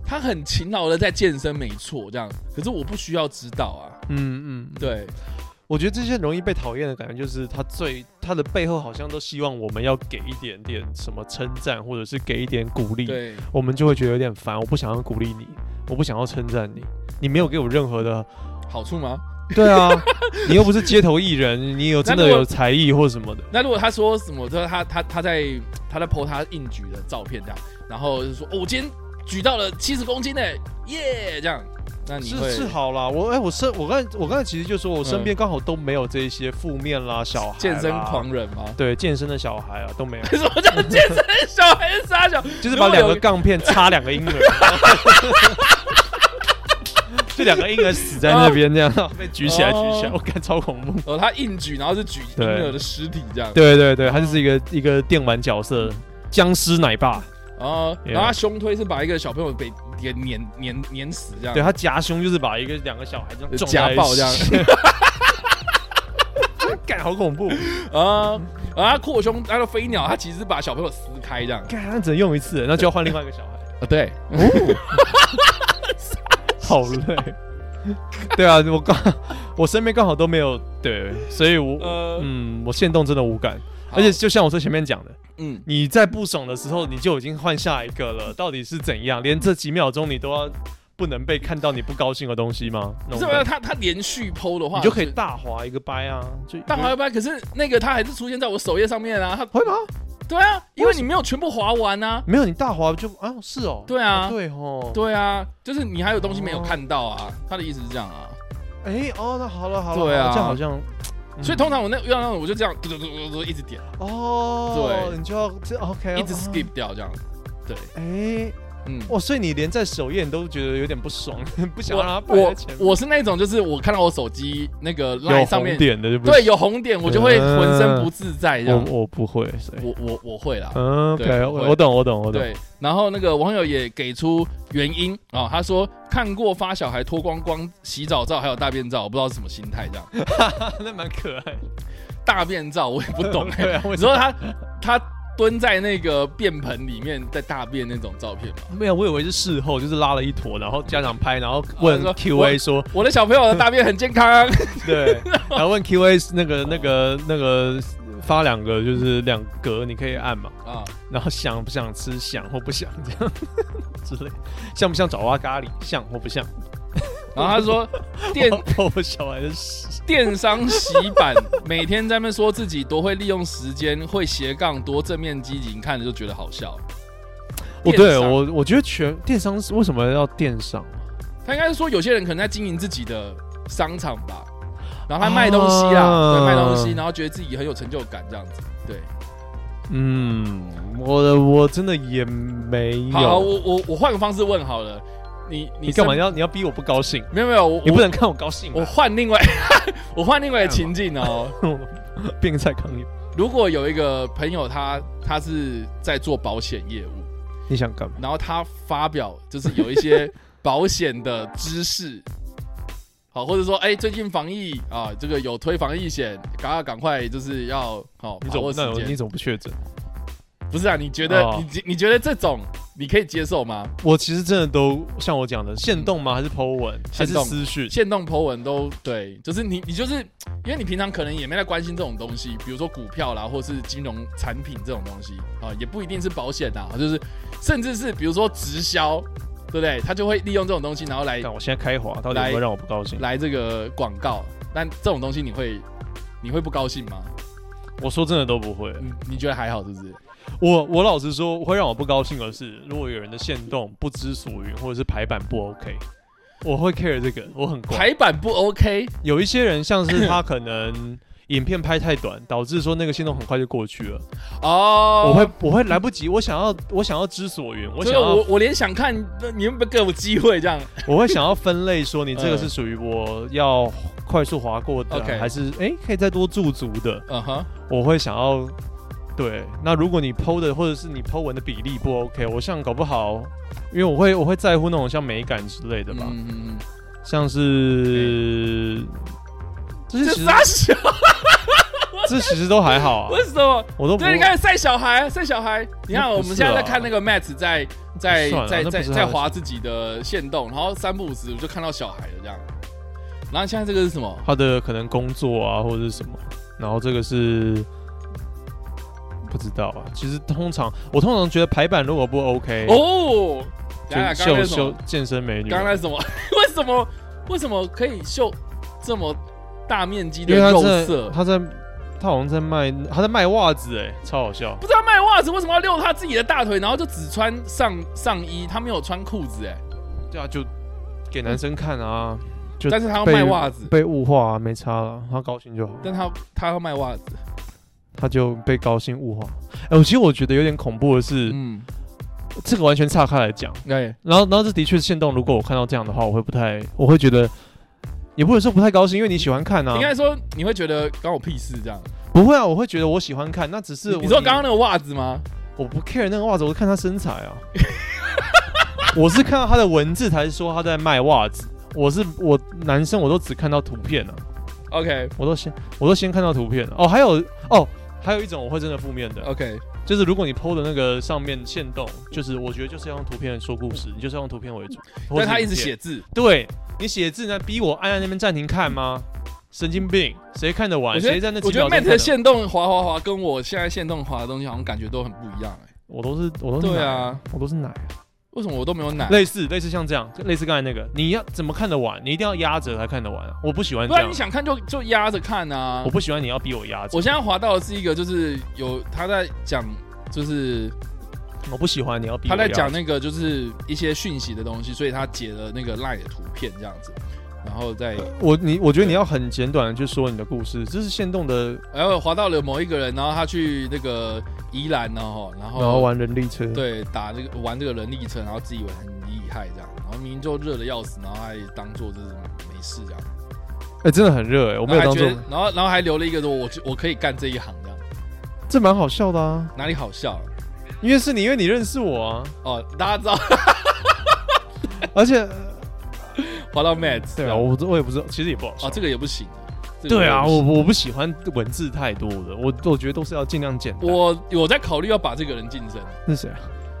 他很勤劳的在健身，没错，这样，可是我不需要指导啊，
嗯嗯，
对。
我觉得这些容易被讨厌的感觉，就是他最他的背后好像都希望我们要给一点点什么称赞，或者是给一点鼓励，
对，
我们就会觉得有点烦。我不想要鼓励你，我不想要称赞你，你没有给我任何的。
好处吗？
对啊，你又不是街头艺人，你有真的
那如果
有才艺或什么的。
那如果他说什么，就是他他他在他在 PO 他硬举的照片这样，然后就说哦，我今天举到了七十公斤呢，欸耶，这样，那你
是
会嗯
是好啦，我哎、我身我刚才我刚才其实就说我身边刚好都没有这一些负面啦，小孩啦
健身，狂人吗？
对健身的小孩啊都没有，
什么叫健身小孩是傻小？
就是把两个杠片插两个婴儿，就两个婴儿死在那边这样被举起来举起来，
哦
我感超恐怖。
哦，他硬举，然后是举婴儿的尸体这样，
对对对，他就是一个一个电玩角色，僵尸奶爸，
哦，
Yeah
然后他胸推是把一个小朋友给给碾碾碾死这样，
对他啊夹胸就是把一个两个小孩这样撞
家暴这样
在一起， 干好恐怖，
啊，然后他扩胸，他的飞鸟，他其实是把小朋友撕开这样，
干他只能用一次，那就要换另外一个小孩。
啊，对，
好累。 对啊，我刚我身边刚好都没有对，所以我、
呃，
嗯，我限动真的无感。而且就像我最前面讲的，
嗯，
你在不爽的时候，你就已经换下一个了，到底是怎样？连这几秒钟你都要不能被看到你不高兴的东西吗？那
不
种
是没有
感觉
他他连续剖的话，
你就可以大划一个掰啊，就
大华一般，可是那个他还是出现在我首页上面啊，他
会吗？
对啊，因
为
为
什
你没有全部划完啊。
没有，你大划就啊是哦，
对啊
哦对哦，
对啊，就是你还有东西没有看到啊，他的意思是这样啊。
哎哦，那好了好了，
对啊
好了这样好像，嗯
所以通常我那遇到那种我就这样，嘟嘟嘟嘟嘟一直点，
哦，
对
你就要这 OK，
一直
哦
skip 掉这样。对，
哎，
嗯，
哦，所以你连在首页你都觉得有点不爽， 不想让它摆在
我
前面。
我是那种就是我看到我手机那个 line
有
上
红
面，
点的就不嗯
对，有红点我就会浑身不自在这样。
我我不会，所以
我我我会啦。
嗯
对
，OK，
我会
我我懂，我懂，我懂。
对，然后那个网友也给出原因啊、他说看过发小孩脱光光洗澡照，还有大便照，我不知道是什么心态 这样。
那蛮可爱的。
大便照我也不懂哎、
对啊，我
你说
说
他他蹲在那个便盆里面在大便那种照片吗？
没有，我以为是事后，就是拉了一坨，然后家长拍，然后问
啊说
QA 说，
我的小朋友的大便很健 康，
对，然后问 QA 那个那个那个发两个就是两格，你可以按嘛，
啊，
然后想不想吃，想或不想这样 之类，像不像爪哇咖喱，像或不像。
然后他 说电
我我小孩的屎，
电商洗版每天在那边说自己多会利用时间，会斜杠，多正面积极，你看着就觉得好笑。
我
电
哦对
商
我我觉得全电商是为什么要电商？
他应该是说有些人可能在经营自己的商场吧，然后他卖东西啦，
啊
对，卖东西，然后觉得自己很有成就感这样子。对，
嗯，我的我真的也没有。
好，我我我换个方式问好了，你
你干嘛
身？
要你要逼我不高兴？
没有没有，我
你不能看我高兴
我
啊、
换另 外，我换另外的情境哦。
我变个蔡康 永，
如果有一个朋友他，他是在做保险业务，
你想干嘛？
然后他发表就是有一 些保险的知识，好，或者说，哎、最近防疫啊，这个有推防疫险，赶快赶快就是要好
你
把
怎
握
么
时
那我你
间。
怎么不确诊？
不是啊，你觉得、
哦
你觉你觉得这种你可以接受吗？
我其实真的都像我讲的，限动吗？还是 Po 文？还
限
是
动
私讯？
限动 Po 文都对，就是你你就是因为你平常可能也没在关心这种东西，比如说股票啦，或是金融产品这种东西啊，也不一定是保险啊，就是甚至是比如说直销，对不对？他就会利用这种东西，然后来
看我现在开滑，到底
来
有没有让我不高兴？
来这个广告。但这种东西你会你会不高兴吗？
我说真的都不会。
你你觉得还好是不是？
我我老实说，会让我不高兴的是，如果有人的限动不知所云，或者是排版不 OK，我会 care 这个，我很怪。
排版不 OK，
有一些人像 是他可能影片拍太短，导致说那个线动很快就过去了。
哦，
我会我会来不及，我想要我想要知所云，我
这
想
个
要
我我连想看你有没有给我机会这样。
我会想要分类说你这个
嗯
是属于我要快速划过的
OK
还是诶可以再多驻足的，
嗯哼，
我会想要。对，那如果你剖的或者是你剖文的比例不 OK，我像搞不好，因为我会我会在乎那种像美感之类的吧，
嗯嗯嗯，
像是这
这
些其实
傻小，
这其实都 还好啊
为，什么？
我都不
对，你看晒小孩，晒小孩，你看
那不
我们现在在
是啊
看那个 Matt 在在
算了
在
那不
在
是他
在
的
划自己的线动，然后三不五时我就看到小孩了这样。然后现在这个是什么？
他的可能工作啊或者是什么，然后这个是不知道啊。其实通常我通常觉得排版如果不 OK，
哦，等一下
就
刚刚那是
秀
什
秀
么？
健身美女，啊
刚才什么？ 为什么为什么可以秀这么大面积的
因为他
肉
在
色？
他在他好像在卖他在卖袜子哎、超好笑。
不知道卖袜子为什么要溜他自己的大腿，然后就只穿上上衣，他没有穿裤子哎、
对啊，就给男生看啊，就
但是他要
被
卖袜子，
被物化、啊、没差了，他高兴就好，
但他他要卖袜子，
他就被高兴物化。哎、我其实我觉得有点恐怖的是，
嗯，
这个完全岔开来讲。
对，
然后，然后这的确是限动。如果我看到这样的话，我会不太，我会觉得，也不能说不太高兴，因为你喜欢看啊
应。该说你会觉得关我屁事这样。
不会啊，我会觉得我喜欢看，那只是
你说刚刚那个袜子吗？
我不 care 那个袜子，我是看他身材啊。我是看到他的文字才说他在卖袜子。我是我男生，我都只看到图片啊，
OK
我都先我都先看到图片哦。还有哦，还有一种我会真的负面的，
OK，
就是如果你 PO 的那个上面限动，就是我觉得就是要用图片说故事，你就是要用图片为主。或
但
是
他一
影
直
片
写字，
对你写字呢，逼我按在那边暂停看吗？神经病，谁看得
我
完？
觉
谁
得
在那几
我觉
秒
得
钟看
Mate
得
的线动滑滑滑，跟我现在线动滑的东西好像感觉都很不一样哎、
我都是我都是
对
奶
啊，
我都是奶，
为什么我都没有奶？
类似类似像这样，类似刚才那个，你要怎么看得完？你一定要压着才看得完啊！我不喜欢
不
这
然
样
你，想看就就压着看啊
我。不喜欢你要逼我压着
我，现在滑到的是一个，就是有他在讲，就是
我不喜欢你要逼我
他
压
在
着。
讲那个就是一些讯息的东西，所以他截了那个 LINE 的图片这样子，然后再
我你我觉得你要很简短的去说你的故事，这是限动的，
然后哎滑到了某一个人，然后他去那个宜兰然后然后
然后玩人力车，，
哦对打这个玩这个人力车，然后自以为很厉害这样，然后明明就热的要死，然后还当做这种没事这样，
哎、真的很热哎、我没有
然后还
当做
觉，得然后然后还留了一个说我我可以干这一行这样，
这蛮好笑的啊，
哪里好笑了
因为是你，因为你认识我 啊，
哦，大家知道
而且
滑到 Matt
对啊，我我也不知道，其实也不好笑
哦，这个也不行。这个
对啊，
也
我
不行
我不喜欢文字太多的，我我觉得都是要尽量简单。
我有在考虑要把这个人晋升，
是谁啊？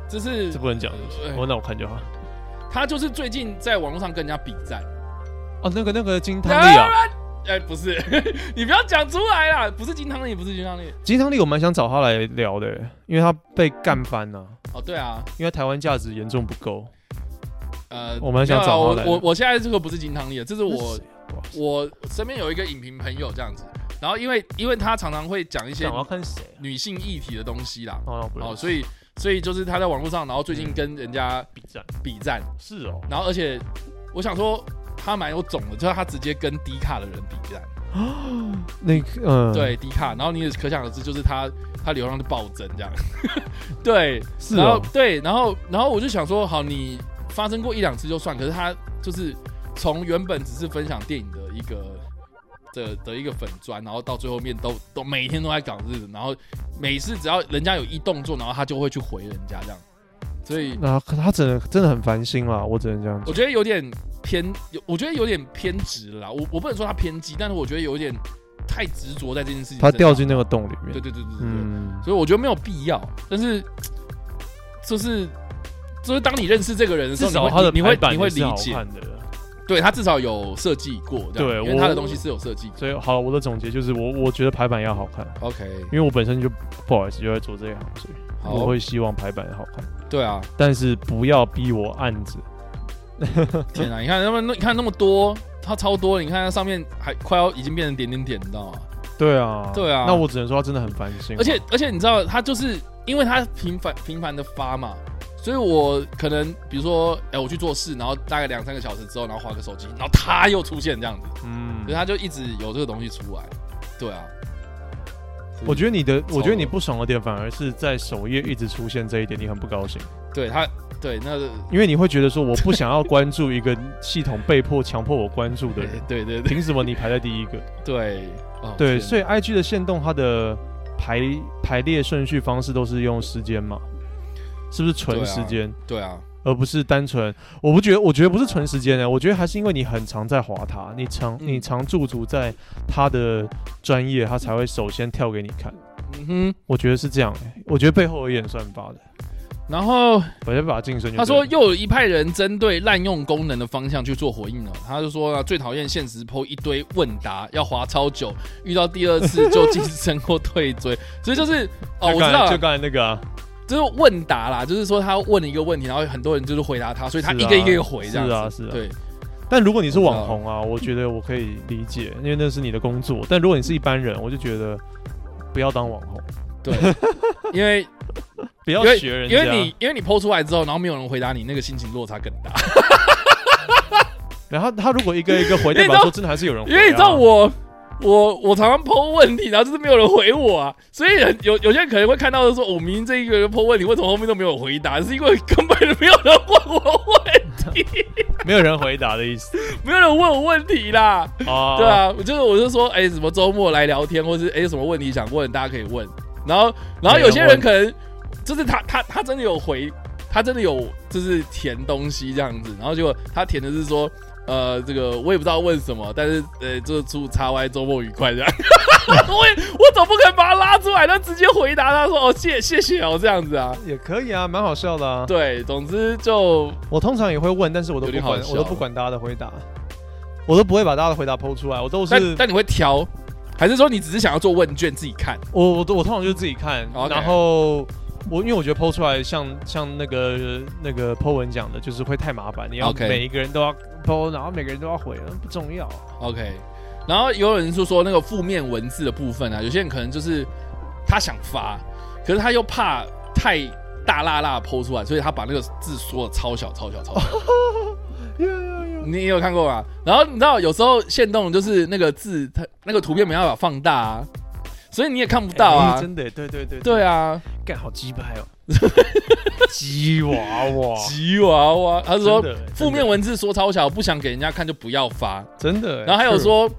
就是
这不能讲，是不是
哎
我那我看就好。
他就是最近在网络上跟人家比战。
哦，那个那个金汤力啊，
哎，不是， 你不要讲出来啦，不是金汤力，不是金汤力。
金汤力我蛮想找他来聊的，因为他被干翻了、
哦，对啊，
因为台湾价值严重不够。
呃，
我们想
没有啊
找他来
我我我现在这个不是金汤力的，这是
那
我
谁啊哇塞
我身边有一个影评朋友这样子，然后因为因为他常常会讲一些
干我要看谁啊？
女性议题的东西啦，
哦，那我不
哦，
认识。
所以所以就是他在网络上，然后最近跟人家
比战
比战，
是哦，
然后而且我想说他蛮有种的，就是他直接跟迪卡的人比战，
那个嗯，，
对迪卡，然后你也可想而知，就是他他流量就暴增这样， 对，
是
然后
哦，
对，然后然后我就想说，好，你发生过一两次就算，可是他就是从原本只是分享电影的一个的的一个粉砖，然后到最后面都都每天都在搞日子，然后每次只要人家有一动作，然后他就会去回人家这样，所以
那他他真的真的很烦心啦，我只能这样
我
讲。
觉得有点偏，有我觉得有点偏执了啦。我我不能说他偏激，但是我觉得有点太执着在这件事情
他
上。
掉进那个洞里面。
对对对对对，对
嗯，
所以我觉得没有必要。但是就是就是当你认识这个人的时
至
候，
少他的
你会
排版
你会
也
你
是
会
好
理解，
看的。
对他至少有设计过，这样
对
因为
我
他的东西是有设计过。
所以好了，我的总结就是我我觉得排版要好看，
OK，
因为我本身就不好意思就在做这一行，所以我
好，
会希望排版好看，
对啊，
但是不要逼我按着。
天啊，你看那么你看那么多，他超多的，你看它上面还快要已经变成点点点，你知道吗？
对啊，
对啊
那我只能说他真的很烦心。啊
而且而且你知道，他就是因为他频繁频繁的发嘛，所以我可能比如说，哎、我去做事，然后大概两三个小时之后，然后划个手机，然后他又出现这样子，
嗯
所以，他就一直有这个东西出来。对啊，
我觉得你的，
超
我觉得你不爽的点反而是在首页一直出现这一点，你很不高兴，
对他对那个
因为你会觉得说我不想要关注一个系统被迫强迫我关注的
对
人，
对对对
凭什么你排在第一个？
对哦
对，
天
所以 IG 的限动它的排排列顺序方式都是用时间嘛，是不
对
是纯
啊
时间？
对啊，
而不是单纯，我不觉得，我觉得不是纯时间呢，我觉得还是因为你很常在滑它，你常、
嗯
你常驻足在他的专业，他才会首先跳给你看。
嗯哼，
我觉得是这样、欸，我觉得背后有演算法的，
然后
我就把它竞选。
他说，又有一派人针对滥用功能的方向去做回应了。他就说、啊，最讨厌现实剖一堆问答，要划超久，遇到第二次就晋升或退追。所以就是 哦，我
就
知
刚才
道
就
了，
刚才那个啊，
就是问答啦，就是说他问了一个问题，然后很多人就是回答他，所以他
是
一
啊
个一个一个回这样子。
是啊是啊
对，
但如果你是
我
网
知道
红啊，我觉得我可以理解，因为那是你的工作。但如果你是一般人，我就觉得不要当网红，
对，因为
不要
因为
学人
因
家。
为你因为你剖出来之后，然后没有人回答你，那个心情落差更大。
然后他如果一个一个回，
因为
代
你知道
表说真的还是有人回、啊。
因为你知道我，我我常常抛问题，然后就是没有人回我啊，所以很有有些人可能会看到说，我、明明这一个人抛问题，为什么后面都没有回答？是因为根本没有人问我问，
没有人回答的意思
没有人问我问题啦，
啊。
对，啊，我就是我就说，哎、什么周末来聊天，或是哎、什么问题想问，大家可以问。然后然后有些人可能就是他他他真的有回，他真的有就是填东西这样子，然后结果他填的是说。呃，这个我也不知道问什么，但是呃，就是祝叉 Y 周末愉快这样。 我也我总不可能把他拉出来，他直接回答他说哦谢谢谢哦这样子啊。
也可以啊，蛮好笑的啊。
对，总之就
我通常也会问，但是我
有
都不
点
管
好，笑
我都不管大家的回答，我都不会把大家的回答剖出来，我都
但
是
但你会挑，还是说你只是想要做问卷自己看？
我我都我通常就是自己看
哦 OK
然后。我因为我觉得剖出来像像那个那个 Po 文讲的，就是会太麻烦，你要
OK
每一个人都要 Po，然后每个人都要回，不重要。
OK，然后有人就说那个负面文字的部分啊，有些人可能就是他想发，可是他又怕太大辣辣剖出来，所以他把那个字缩的超小超小超小。
哦
你你有看过吗？然后你知道有时候限动就是那个字，它那个图片没办法放大啊，所以你也看不到啊。
哎真的，对对对，
对啊，
干好鸡掰 哦，鸡娃娃，
吉娃娃，他说
哦真的真的
负面文字缩超小，不想给人家看就不要发。
真的。
然后还有
true，
说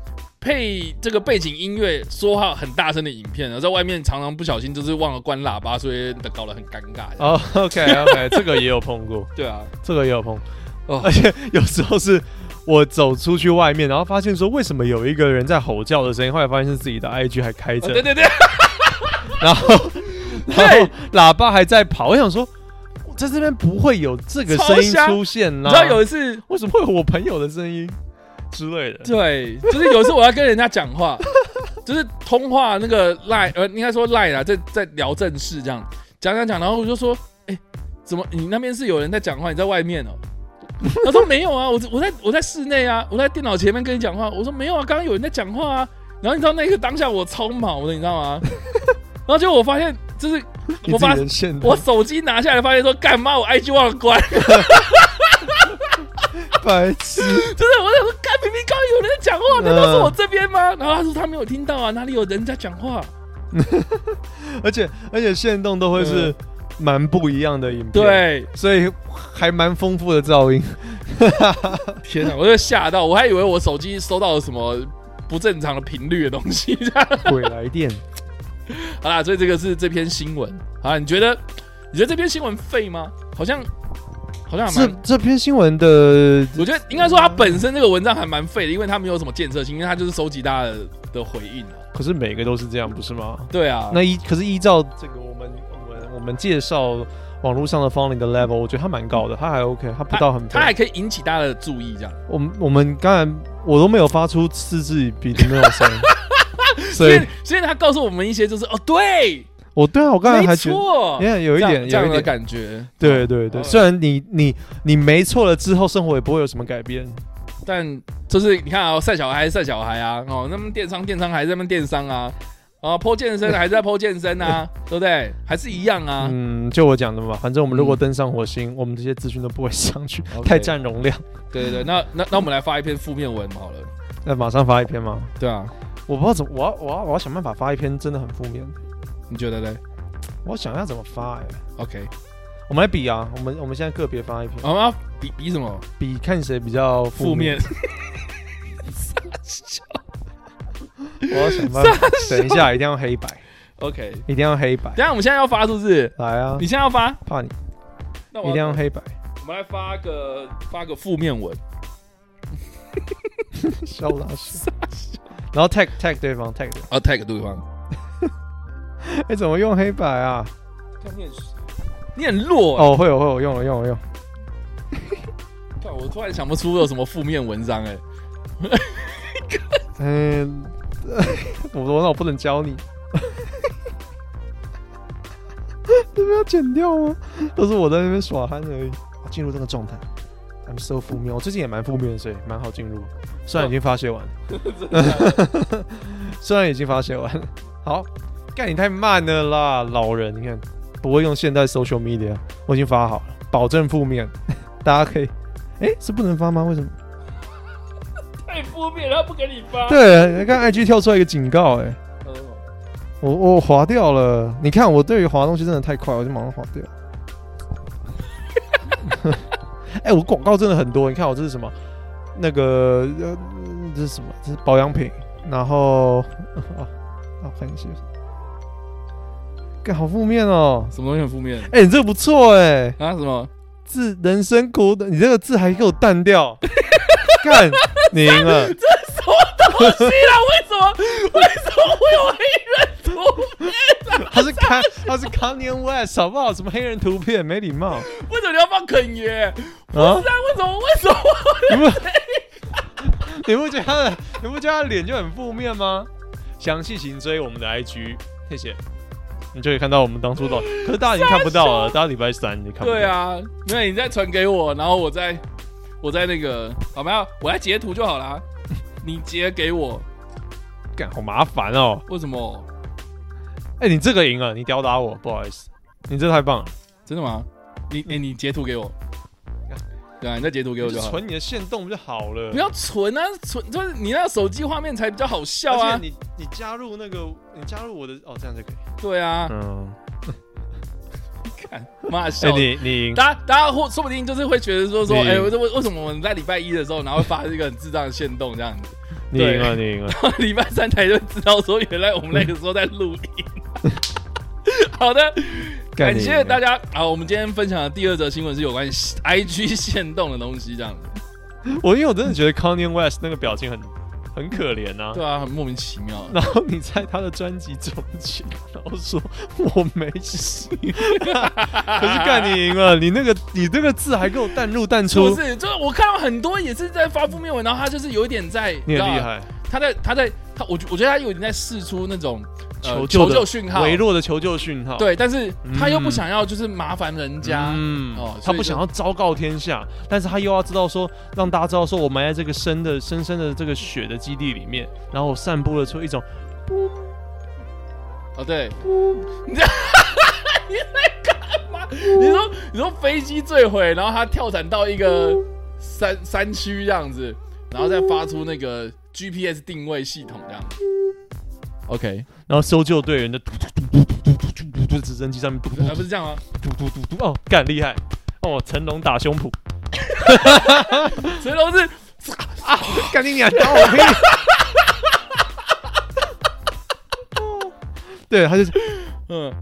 配这个背景音乐说话很大声的影片，然后在外面常常不小心就是忘了关喇叭，所以搞得很尴尬。哦，
哦，OK OK，这个也有碰过，
对啊，
这个也有碰，
哦
而且有时候是我走出去外面，然后发现说为什么有一个人在吼叫的声音，后来发现是自己的 IG 还开着，
哦对对对，
然后然后喇叭还在跑，我想说在这边不会有这个声音
超瞎
出现
你
啦，
知道有一次，
为什么会有我朋友的声音之类的？
对，就是有一次我要跟人家讲话， 就是通话那个 line，呃，应该说 line 啊，在在聊正事这样讲讲讲，然后我就说，哎、怎么你那边是有人在讲话，你在外面哦？ 他说没有啊，我在我在我在室内啊，我在电脑前面跟你讲话。我说没有啊，刚刚有人在讲话啊。然后你知道那个当下我超毛的，你知道吗？ 然后结果我发现，就是
你
我
自己
把
人现
我手机拿下来，发现说干嘛我 IG 忘了关，
白 痴，
就是我想说，干明明刚刚有人在讲话，难道是我这边
嗯
吗？然后他说他没有听到啊，哪里有人在讲话？
而且而且线动都会是蛮不一样的影
嗯
片，，
对，
所以还蛮丰富的噪 音。
天哪，我就吓到，我还以为我手机收到了什么不正常的频率的东西。 这样
鬼来电，
好啦，所以这个是这篇新闻啊，你觉得你觉得这篇新闻废吗？好像好像还
这
蛮。
这篇新闻的
我觉得应该说，它本身这个文章还蛮废的，因为它没有什么建设性，因为它就是收集大家的的回应啊。
可是每个都是这样，不是吗？
对啊，
那依可是依照这个我们我们我们介绍网络上的 f o l l i n g 的 level，我觉得它蛮高的，它还 OK，它不到很
它嗯
高。
还可以引起大家的注意，这样。
我们我们刚才我都没有发出嗤之以鼻的那种声音， 所
所
以
以，所以他告诉我们一些就是哦，对，
我对啊，我刚才
没
还觉得。
错，
因为有一
这样
点，
这
有
样
一
的感
点，
觉，嗯
对对对。
Alright
虽然你你你没错了之后，生活也不会有什么改变，
但就是你看啊、晒小孩还是晒小孩啊，哦，那么电商电商还是那么电商啊，啊，剖健身的还是在剖健身 啊，对不对？还是一样啊。
嗯，就我讲的嘛，反正我们如果
嗯
登上火星，我们这些资讯都不会上去
OK
太占容量。
对对对，那那那我们来发一篇负面文好了，
那马上发一篇吗？
对啊，
我不知道怎么，我要我要我要想办法发一篇真的很负面的，
你觉得嘞
我想一下怎么发哎、
？OK，
我们来比啊，我们我们现在个别发一篇，
我们要比比什么？
比看谁比较
负
负
面
面。。 我要想办法，等一下一定要黑白，
OK，
一定要黑白
等一，下我们现在要发是不是？
来啊
你！现在要发？
怕你
那我
一定要黑白，
我们来发个发个负面文。
笑拉屎。然后 tag tag 对方 tag 对方，
啊 tag 对方，
哎、怎么用黑白啊？
看面试。你很弱、欸。
哦，会有会有用了用了用。
看啊我突然想不出有什么负面文 章哎、
嗯， 我说那我不能教你， 这边要剪掉吗？都是我在那边耍憨而已。我进入这个状态，I'm so 负面。我最近也蛮负面的，所以蛮好进入。虽然已经发泄完了，虽然已经发泄完了。好，干你太慢了啦，老人，你看不会用现代 social media，我已经发好了，保证负面，大家可以。哎、是不能发吗？为什么？
太负面了，他不给你发。
对，刚刚 IG 跳出来一个警告、哎。
呃，
我我划掉了，你看我对于划东西真的太快，我就马上划掉。 哎、我广告真的很多，你看我这是什么？那个呃，这是什么？这是保养品，然后 啊啊，看一下，干好负面哦。
什么东西很负面
哎、你这个不错哎、
啊？什么？
字人生苦短，你这个字还给我淡掉， 干你赢了。
不是啦，啊为什么？ 为什么会有黑人图？
他是看他是 Kanye West 好不好？什么黑人图片没礼貌
为什么你要放肯爷？
啊
不是！啊，为什么？为什么？
你不 你不觉得他的你不觉得他的脸就很负面吗？详细请追我们的 IG，谢谢。你就可以看到我们当 初的，可是大家已经看不到了，大家礼拜三你看不到。
对，啊，因为你再传给我，然后我再我再那个，好没有？我来截图就好啦。你截给我，
干好麻烦哦。
为什么？
哎、你这个赢了，你吊打我，不好意思，你这太棒了。
真的吗？
嗯
你哎、你截图给我，对啊，你再截图给我
你
就
就
好。
存你的线动不就好了？
不要存啊，存就是你那手机画面才比较好笑
而
啊
且。你你加入那个，你加入我的哦，这样就可以。
对啊，
嗯，
看妈的
哎、
笑。
你你赢，
大家大家或说不定就是会觉得说说，
你
哎、为为为什么我们在礼拜一的时候，然后会发这个很智障的限动这样 子，
你赢了，你赢了。
礼拜三才就知道说原来我们那个时候在录音。 好的，感谢大
家。
家啊！我们今天分享的第二则新闻是有关于 IG 限动的东西，这样子，
我因为我真的觉得 Kanye West 那个表情很很可怜啊。
对啊，很莫名其妙。
然后你在他的专辑中间，然后说我没事，可是干你赢了，你那个你这个字还给我淡入淡
不
出，
是，就是我看到很多也是在发负面文，然后他就是有一点在，
你很
知道
厉
吧，
害，
他在他在他，我觉我觉得他有点在试出那种、呃
救
求
的
救讯号，
微弱的求救讯号，
对，但是他又不
嗯
想要就是麻烦人家，
嗯
哦所以
他不
就
想要昭告天下，但是他又要知道说，让大家知道说我埋在这个深的、深深的这个雪的基地里面，然后我散布了出一种
哦，对， 你在你在干嘛？你说你说飞机坠毁，然后他跳伞到一个山山区这样子，然后再发出那个 GPS 定位系统这样子。OK，
然后搜救队员的嘟嘟嘟嘟嘟嘟嘟嘟直升机上面嘟嘟
啊、不是这样吗？
嘟嘟嘟嘟哦，干厉害哦，成龙打胸脯，
所以都是
干你娘打我屁！对，他就是
嗯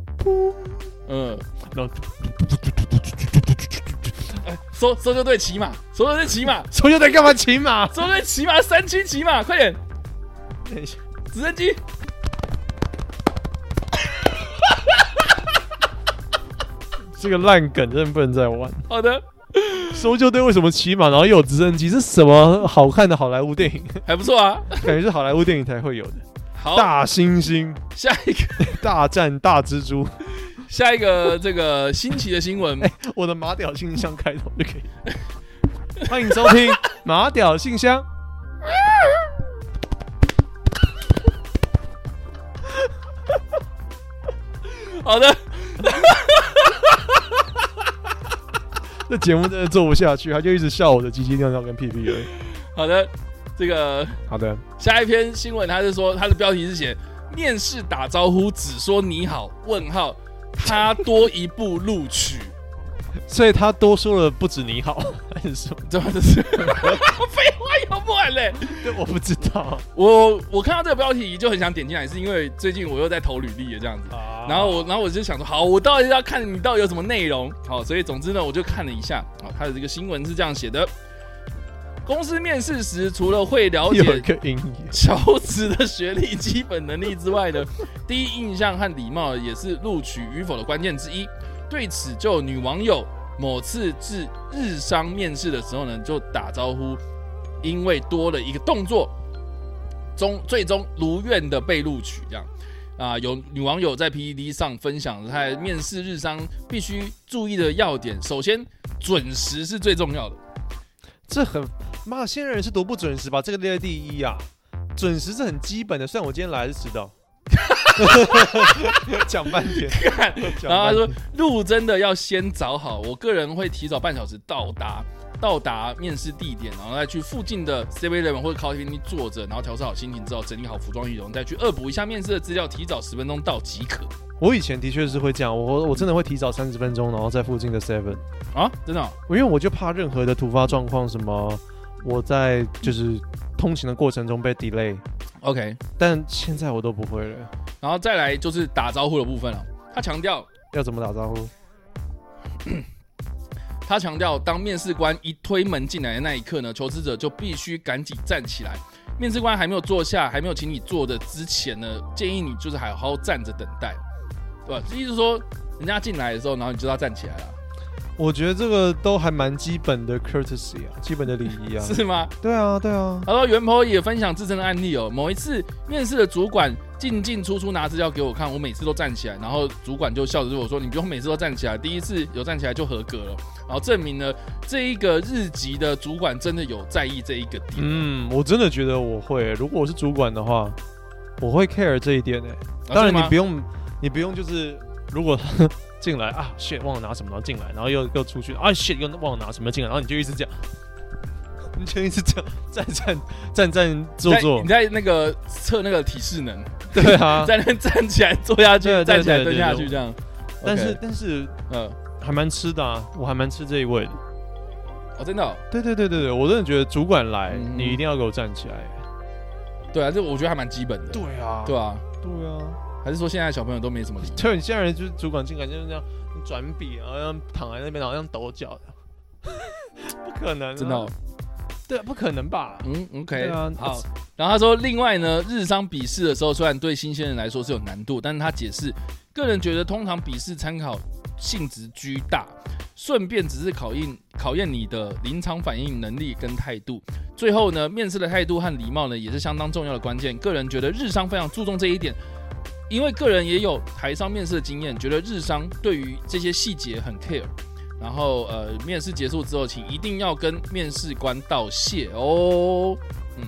嗯，
然后
搜搜救队骑马，搜救队骑马，
所以在干嘛骑马？
搜救队骑马，山区骑马，快点，
等一下，
直升机。
这个烂梗真的不能再玩。
好的，
搜救队为什么骑马，然后又有直升机？这是什么好看的好莱坞电影？
还不错啊。
感觉是好莱坞电影才会有的。
好，
大猩猩
下一个
大战大蜘蛛，
下一个这个新奇的新闻，
我的马屌信箱开头就可以。欢迎收听马屌信箱。
好的。
这节目真的做不下去，他就一直笑我的鸡鸡尿尿跟屁屁而已。
好的，这个
好的，
下一篇新闻，他是说他的标题是写面试打招呼只说你好，问号，他多一步录取，
所以他多说了不止你好， 还是什么？
这这是 废话要不然嘞。
这我不知道
我我看到这个标题就很想点进来，是因为最近我又在投履历了这样子。
啊
然后我，然后我就想说，好，我到底要看你到底有什么内容。好，所以总之呢，我就看了一下，好，他的这个新闻是这样写的：公司面试时，除了会了
有
解
一个 英语，
求职的学历、基本能力之外呢，第一印象和礼貌也是录取与否的关键之一。对此，就有女网友某次至日商面试的时候呢，就打招呼，因为多了一个动作，终最终如愿的被录取。这样啊、有女网友在 PPT 上分享她在面试日商必须注意的要点，首先准时是最重要的。
这很妈，现在人是多不准时吧？这个列在第一啊，准时是很基本的。虽然我今天来是迟 到，讲半天，讲
然后
半
他说
天，
路真的要先找好，我个人会提早半小时到达到达面试地点，然后再去附近的 Seven Eleven 或者 Coffee Bean 坐着，然后调试好心情之后，整理好服装仪容，再去恶补一下面试的资料，提早十分钟到即可。
我以前的确是会这样，我我真的会提早三十分钟，然后在附近的 Seven，
啊，真的哦、
因为我就怕任何的突发状况，什么我在就是通勤的过程中被 delay，
o k
但现在我都不会了。
然后再来就是打招呼的部分了、他强调，
要怎么打招呼？
他强调，当面试官一推门进来的那一刻呢，求职者就必须赶紧站起来。面试官还没有坐下，还没有请你坐的之前呢，建议你就是好好站着等待，对吧？意思是说，人家进来的时候，然后你就要站起来了，
我觉得这个都还蛮基本的 courtesy 啊，基本的礼仪啊。
是吗？
对啊，对啊。
然后袁婆也分享自身的案例哦，某一次面试的主管进进出出拿资料给我看，我每次都站起来，然后主管就笑着对我说：“你不用每次都站起来，第一次有站起来就合格了。”然后证明了这一个日籍的主管真的有在意这一个点。
嗯，我真的觉得我会、如果我是主管的话，我会 care 这一点诶、
啊
当然
是吗
你不用，你不用就是如果进来啊，shit 忘了拿什么，然后进来，然后又又出去啊，shit 又忘了拿什么进来，然后你就一直 这样，你就一直这样站站站站坐坐
你，在你在那个测那个体适能，
对啊。
在那站起来坐下去，
对对
站起来
对
蹲
对
下
对
去这样。
但是
OK，
但是
呃，
还蛮吃的啊，我还蛮吃这一味的。
哦，真的哦，
对对对对对，我真的觉得主管来，
嗯
你一定要给我站起来。
对啊，这我觉得还蛮基本的，
对啊
对啊，
对啊，
还是说现在小朋友都没什么理？
就你现在人就是主管进来就是这样转笔，然后这样躺在那边，然后这样抖脚的， 不可能、啊，
真的哦，
对，啊不可能吧？
嗯，OK，
对啊，
好。然后他说，另外呢，日商笔试的时候，虽然对新鲜人来说是有难度，但是他解释，个人觉得通常笔试参考性质居大，顺便只是考验考验你的临场反应能力跟态度。最后呢，面试的态度和礼貌呢，也是相当重要的关键。个人觉得日商非常注重这一点，因为个人也有台商面试的经验，觉得日商对于这些细节很 care。然后呃，面试结束之后，请一定要跟面试官道谢哦。嗯，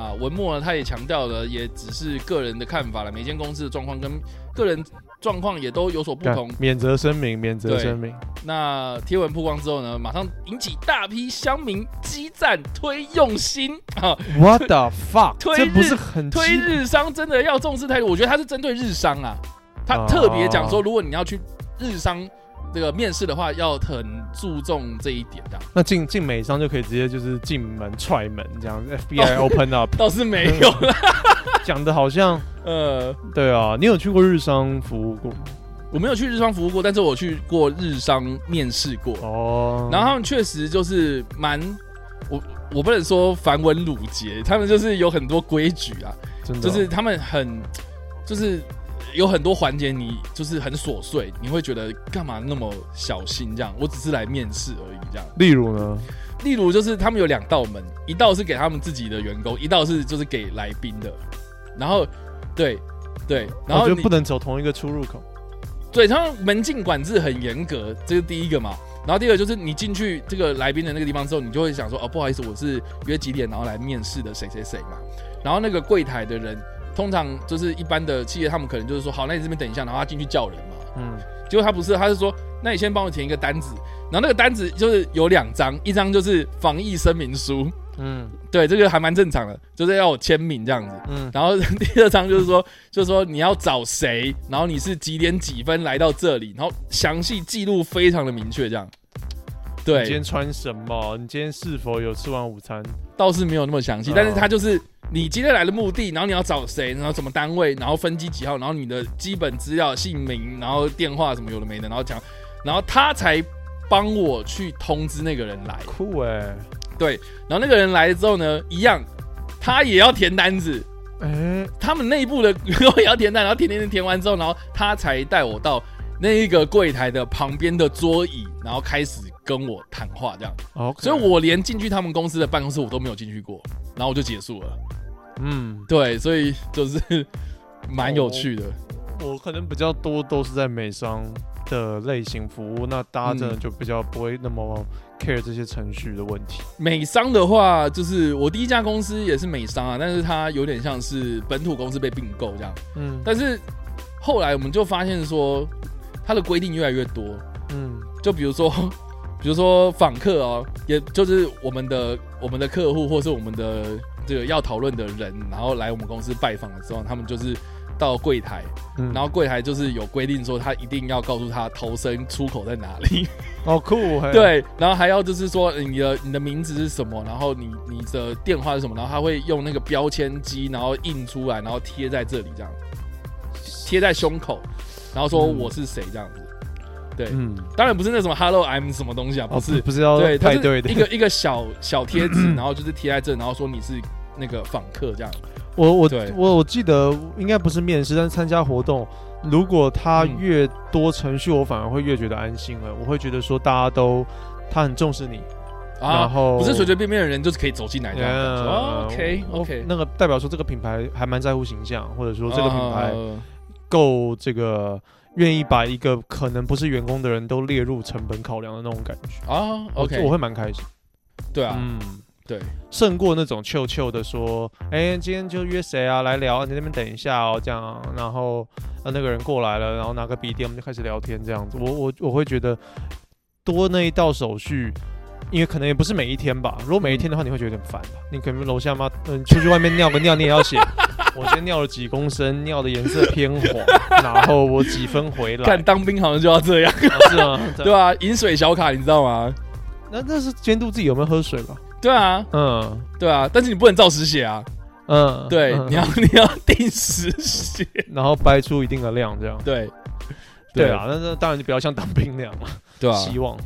啊，文末呢，他也强调了，也只是个人的看法了，每间公司的状况跟个人状况也都有所不同
干。免责声明，免责
对
声明，
那贴文曝光之后呢，马上引起大批乡民激赞推用心啊，
What the fuck？
推
这不
日
是很
推
基
日商真的要重视态度。我觉得他是针对日商啊，他
哦
特别讲说，如果你要去日商这个面试的话，要很注重这一点啊的。
那进进美商就可以直接就是进门踹门这样，FBI open up，
倒是没有啦，
哦 讲的好像
呃，
对啊。你有去过日商服务过吗
我没有去日商服务过，但是我去过日商面试过，
哦？
然后他们确实就是蛮，我我不能说繁文缛节，他们就是有很多规矩啊，
真的
就
哦
是他们很，就是有很多环节，你就是很琐碎，你会觉得干嘛那么小心这样？我只是来面试而已这样。
例如呢，
例如就是他们有两道门，一道是给他们自己的员工，一道是就是给来宾的。然后，对对，然后
我觉
你
得不能走同一个出入口。
对他们门禁管制很严格，这是第一个嘛。然后第二个就是你进去这个来宾的那个地方之后，你就会想说哦，不好意思，我是约几点然后来面试的谁谁谁嘛。然后那个柜台的人，通常就是一般的企业，他们可能就是说好，那你这边等一下，然后他进去叫人嘛。
嗯，
结果他不是，他是说那你先帮我填一个单子，然后那个单子就是有两张，一张就是防疫声明书，
嗯
对，这个还蛮正常的，就是要我签名这样子。
嗯，
然后 第二章就是说，就是说你要找谁，然后你是几点几分来到这里，然后详细记录非常的明确，这样。
你今
对，
天穿什么？你今天是否有吃完午餐？
倒是没有那么详细，
哦
但是他就是你今天来的目的，然后你要找谁，然后什么单位，然后分机几号，然后你的基本资料、姓名，然后电话什么有的没的，然后讲，然后他才帮我去通知那个人来。
酷哎、
然后那个人来了之后呢，一样，他也要填单子，
哎、
呃他们内部的我也要填单，然后填填填填完之后，然后他才带我到那一个柜台的旁边的桌椅，然后开始跟我谈话这样，
哦，
所以我连进去他们公司的办公室我都没有进去过，然后我就结束了。
嗯，
对，所以就是蛮有趣的。
我可能比较多都是在美商的类型服务，那大家真的就比较不会那么 care 这些程序的问题。
美商的话，就是我第一家公司也是美商啊，但是它有点像是本土公司被并购这样。
嗯
但是后来我们就发现说，它的规定越来越多，
嗯
就比如说， 比如说访客哦，也就是我们的我们的客户或是我们的这个要讨论的人，然后来我们公司拜访的时候，他们就是到柜台，
嗯
然后柜台就是有规定说，他一定要告诉他逃生出口在哪里，
好哦酷，欸 嘿，
对，然后还要就是说呃你的你的名字是什么，然后你你的电话是什么，然后他会用那个标签机，然后印出来，然后贴在这里这样，贴在胸口，然后说
嗯
我是谁这样子。对，
嗯，
当然不是那什么 “hello I'm” 什么东西啊，不
哦
是，
不是要
对，它
派
是
对的
一。个一个小小贴纸，然后就是贴在这，然后说你是那个访客这样。
我我
对
我我记得应该不是面试，但是参加活动，如果他
嗯
越多程序，我反而会越觉得安心了。我会觉得说大家都他很重视你，然
啊，
后
不是随随便便的人就是可以走进来这样子。
呃
OK
我
OK，
那个代表说这个品牌还蛮在乎形象，或者说这个品牌
呃
够这个愿意把一个可能不是员工的人都列入成本考量的那种感觉。
啊
我我
，OK，
会蛮开心，
对啊，
嗯，
对，
胜过那种臭臭的说，哎、今天就约谁啊来聊，你那边等一下哦，这样啊、然后呃那个人过来了，然后拿个笔电我们就开始聊天这样子，我我我会觉得多那一道手续。因为可能也不是每一天吧，如果每一天的话，你会觉得有点烦吧。你可能楼下嘛，嗯，出去外面尿个尿，你也 要写。我今天尿了几公升，尿的颜色偏黄，然后我几分回来，
干当兵好像就要这样，
哦是 吗？
对啊，饮水小卡你知道吗？
那那是监督自己有没有喝水吧？
对啊，
嗯
对啊，但是你不能照实写啊，
嗯，
对，
嗯
你要你要定时写，
然后掰出一定的量，这样。
对，
对啊，那那当然就不要像当兵那样嘛。
对啊，
希望，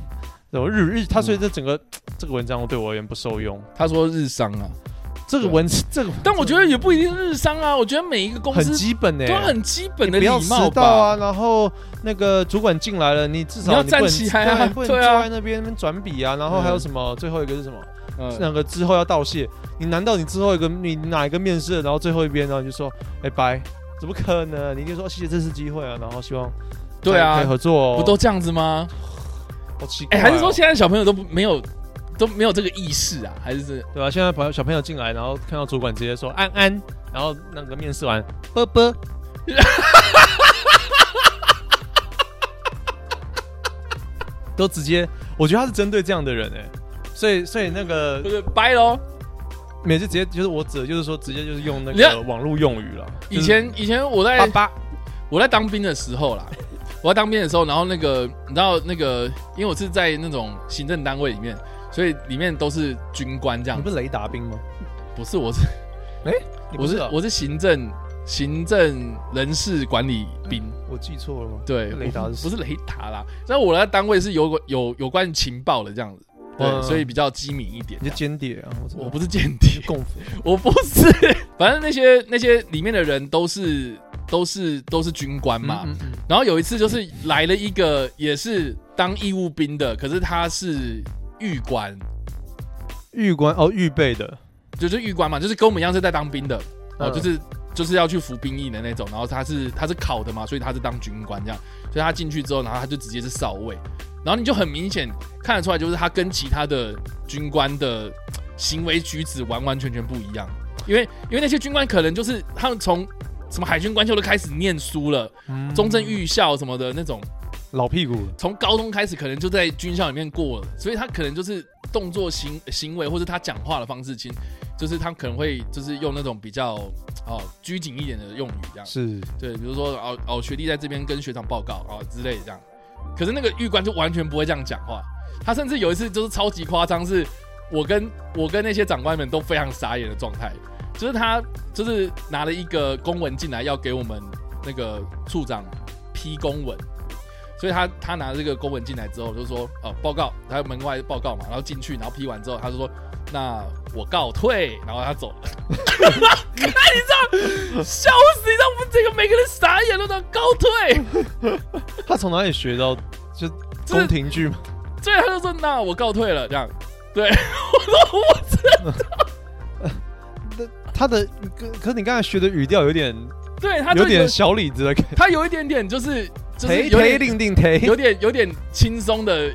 然后日日，他所以这整个、这个文章对我而言不受用。
他说日商啊，
这个
对啊
文这个，
但我觉得也不一定是日商啊，我觉得每一个公
很
司
基本呢、
都很基本的
你不
礼
要
貌
迟到啊，
吧。
然后那个主管进来了，你至少
你要
不能
站起来啊
对你不能坐
对啊
在那边那边转笔啊。然后还有
嗯
什么？最后一个是什么？
嗯，
那个之后要道谢。你难道你之后一个你哪一个面试，然后最后一边，然后你就说，哎、拜？怎么可能？你一定说谢谢这次机会啊，然后希望
对
可以
啊，
合作、哦，
不都这样子吗？
好奇怪、
哎、
哦
还是说现在小朋友都不没有都没有这个意识啊？还是是
对啊，现在朋友小朋友进来，然后看到主管直接说安安，然后那个面试完啵啵， 都直接，我觉得他是针对这样的人哎、所以所以那个
就是掰喽？
每次直接就是我指的就是说直接就是用那
你看
个网络用语了，
以前以前我
就是
在
八八
我在当兵的时候啦， 我在当兵的时候，然后那个你知道那个，因为我是在那种行政单位里面，所以里面都是军官这
你
样
不。是雷达兵吗？
不是，我是
你不
我是
啊
我是行政行政人事管理兵。
我记错了吗？
对，
雷达
我
是
不是雷达啦，但我的单位是有有有关于情报的这样子，对，
嗯
所以比较机敏一点这
你是
样。
间谍啊！我知道
我不是间谍
你是，共匪，
我不 是，反正那些那些里面的人都是都是都是军官嘛。
嗯嗯
然后有一次就是来了一个也是当义务兵的，可是他是狱官，
预官哦，预备的，
就是狱官嘛，就是跟我们一样是在当兵的，哦，
嗯
就是就是要去服兵役的那种。然后他是他是考的嘛，所以他是当军官这样，所以他进去之后，然后他就直接是少尉，然后你就很明显看得出来，就是他跟其他的军官的嘖行为举止完完全全不一样，因为因为那些军官可能就是他们从什么海军官校都开始念书了，
嗯
中正预校什么的那种。
老屁股了，
从高中开始可能就在军校里面过了，所以他可能就是动作行行为或者他讲话的方式，其实就是他可能会就是用那种比较哦拘谨一点的用语这样，
是
对，比如说哦哦学弟在这边跟学长报告哦之类的这样，可是那个狱官就完全不会这样讲话，他甚至有一次就是超级夸张，是我跟我跟那些长官们都非常傻眼的状态，就是他就是拿了一个公文进来要给我们那个处长批公文。所以他他拿这个公文进来之后，就说哦报告，他门外报告嘛，然后进去，然后批完之后，他就说那我告退，然后他走了。 看你知道，笑死！你知道我们这个每个人傻眼了，都告退。
他从哪里学到就
这
宫廷剧吗？
所以他就说：“那我告退了。”这样，对我说：“我
他的可可是你刚才学的语调有点
对他就
有点小李子的感觉，
他有一点点就是就是
忒
有
忒
点
定定忒
有点有点轻松的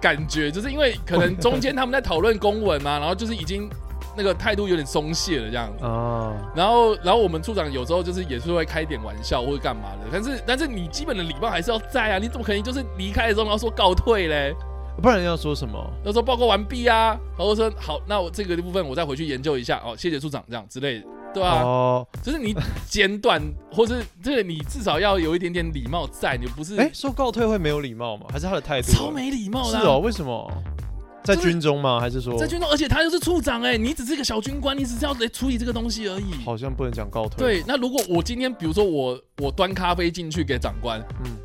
感觉，就是因为可能
哦
中间他们在讨论公文啊嘛，然后就是已经那个态度有点松懈了这样。
啊，
然后，然后我们处长有时候就是也是会开一点玩笑或者干嘛的，但是但是你基本的礼貌还是要在啊，你怎么可能就是离开的时候然后说告退嘞？
不然要说什么？
那时候报告完毕啊，然后说好，那我这个部分我再回去研究一下哦，谢谢处长这样之类的，对啊，
哦，
就是你简短或是这个你至少要有一点点礼貌在，你不是
哎，说告退会没有礼貌吗？还是他的态度？
超没礼貌
是
的啊、
哦，为什么？在
就是
军中吗？还是说
在军中，而且他又是处长哎、你只是一个小军官，你只是要来处理这个东西而已。
好像不能讲告退？，
对，那如果我今天比如说我我端咖啡进去给长官，
嗯，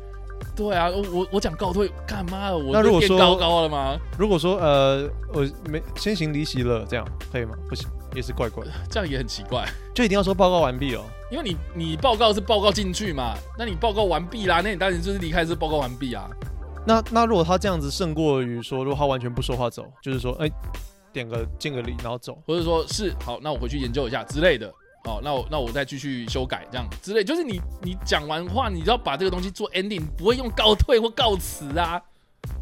对啊，我我讲告退干嘛？我
那如果
就变
说
高高了吗？
如果说呃，我没先行离席了，这样可以吗？不行，也是 怪怪的，
这样也很奇怪，
就一定要说报告完毕哦。
因为你你报告是报告进去嘛，那你报告完毕啦，那你当然就是离开是报告完毕啊。
那那如果他这样子胜过于说，如果他完全不说话走，就是说，哎、点个敬个礼，然后走，
或者说是好，那我回去研究一下之类的。哦，那我那我再继续修改这样之类，就是你你讲完话，你要把这个东西做 ending，你不会用告退或告辞啊，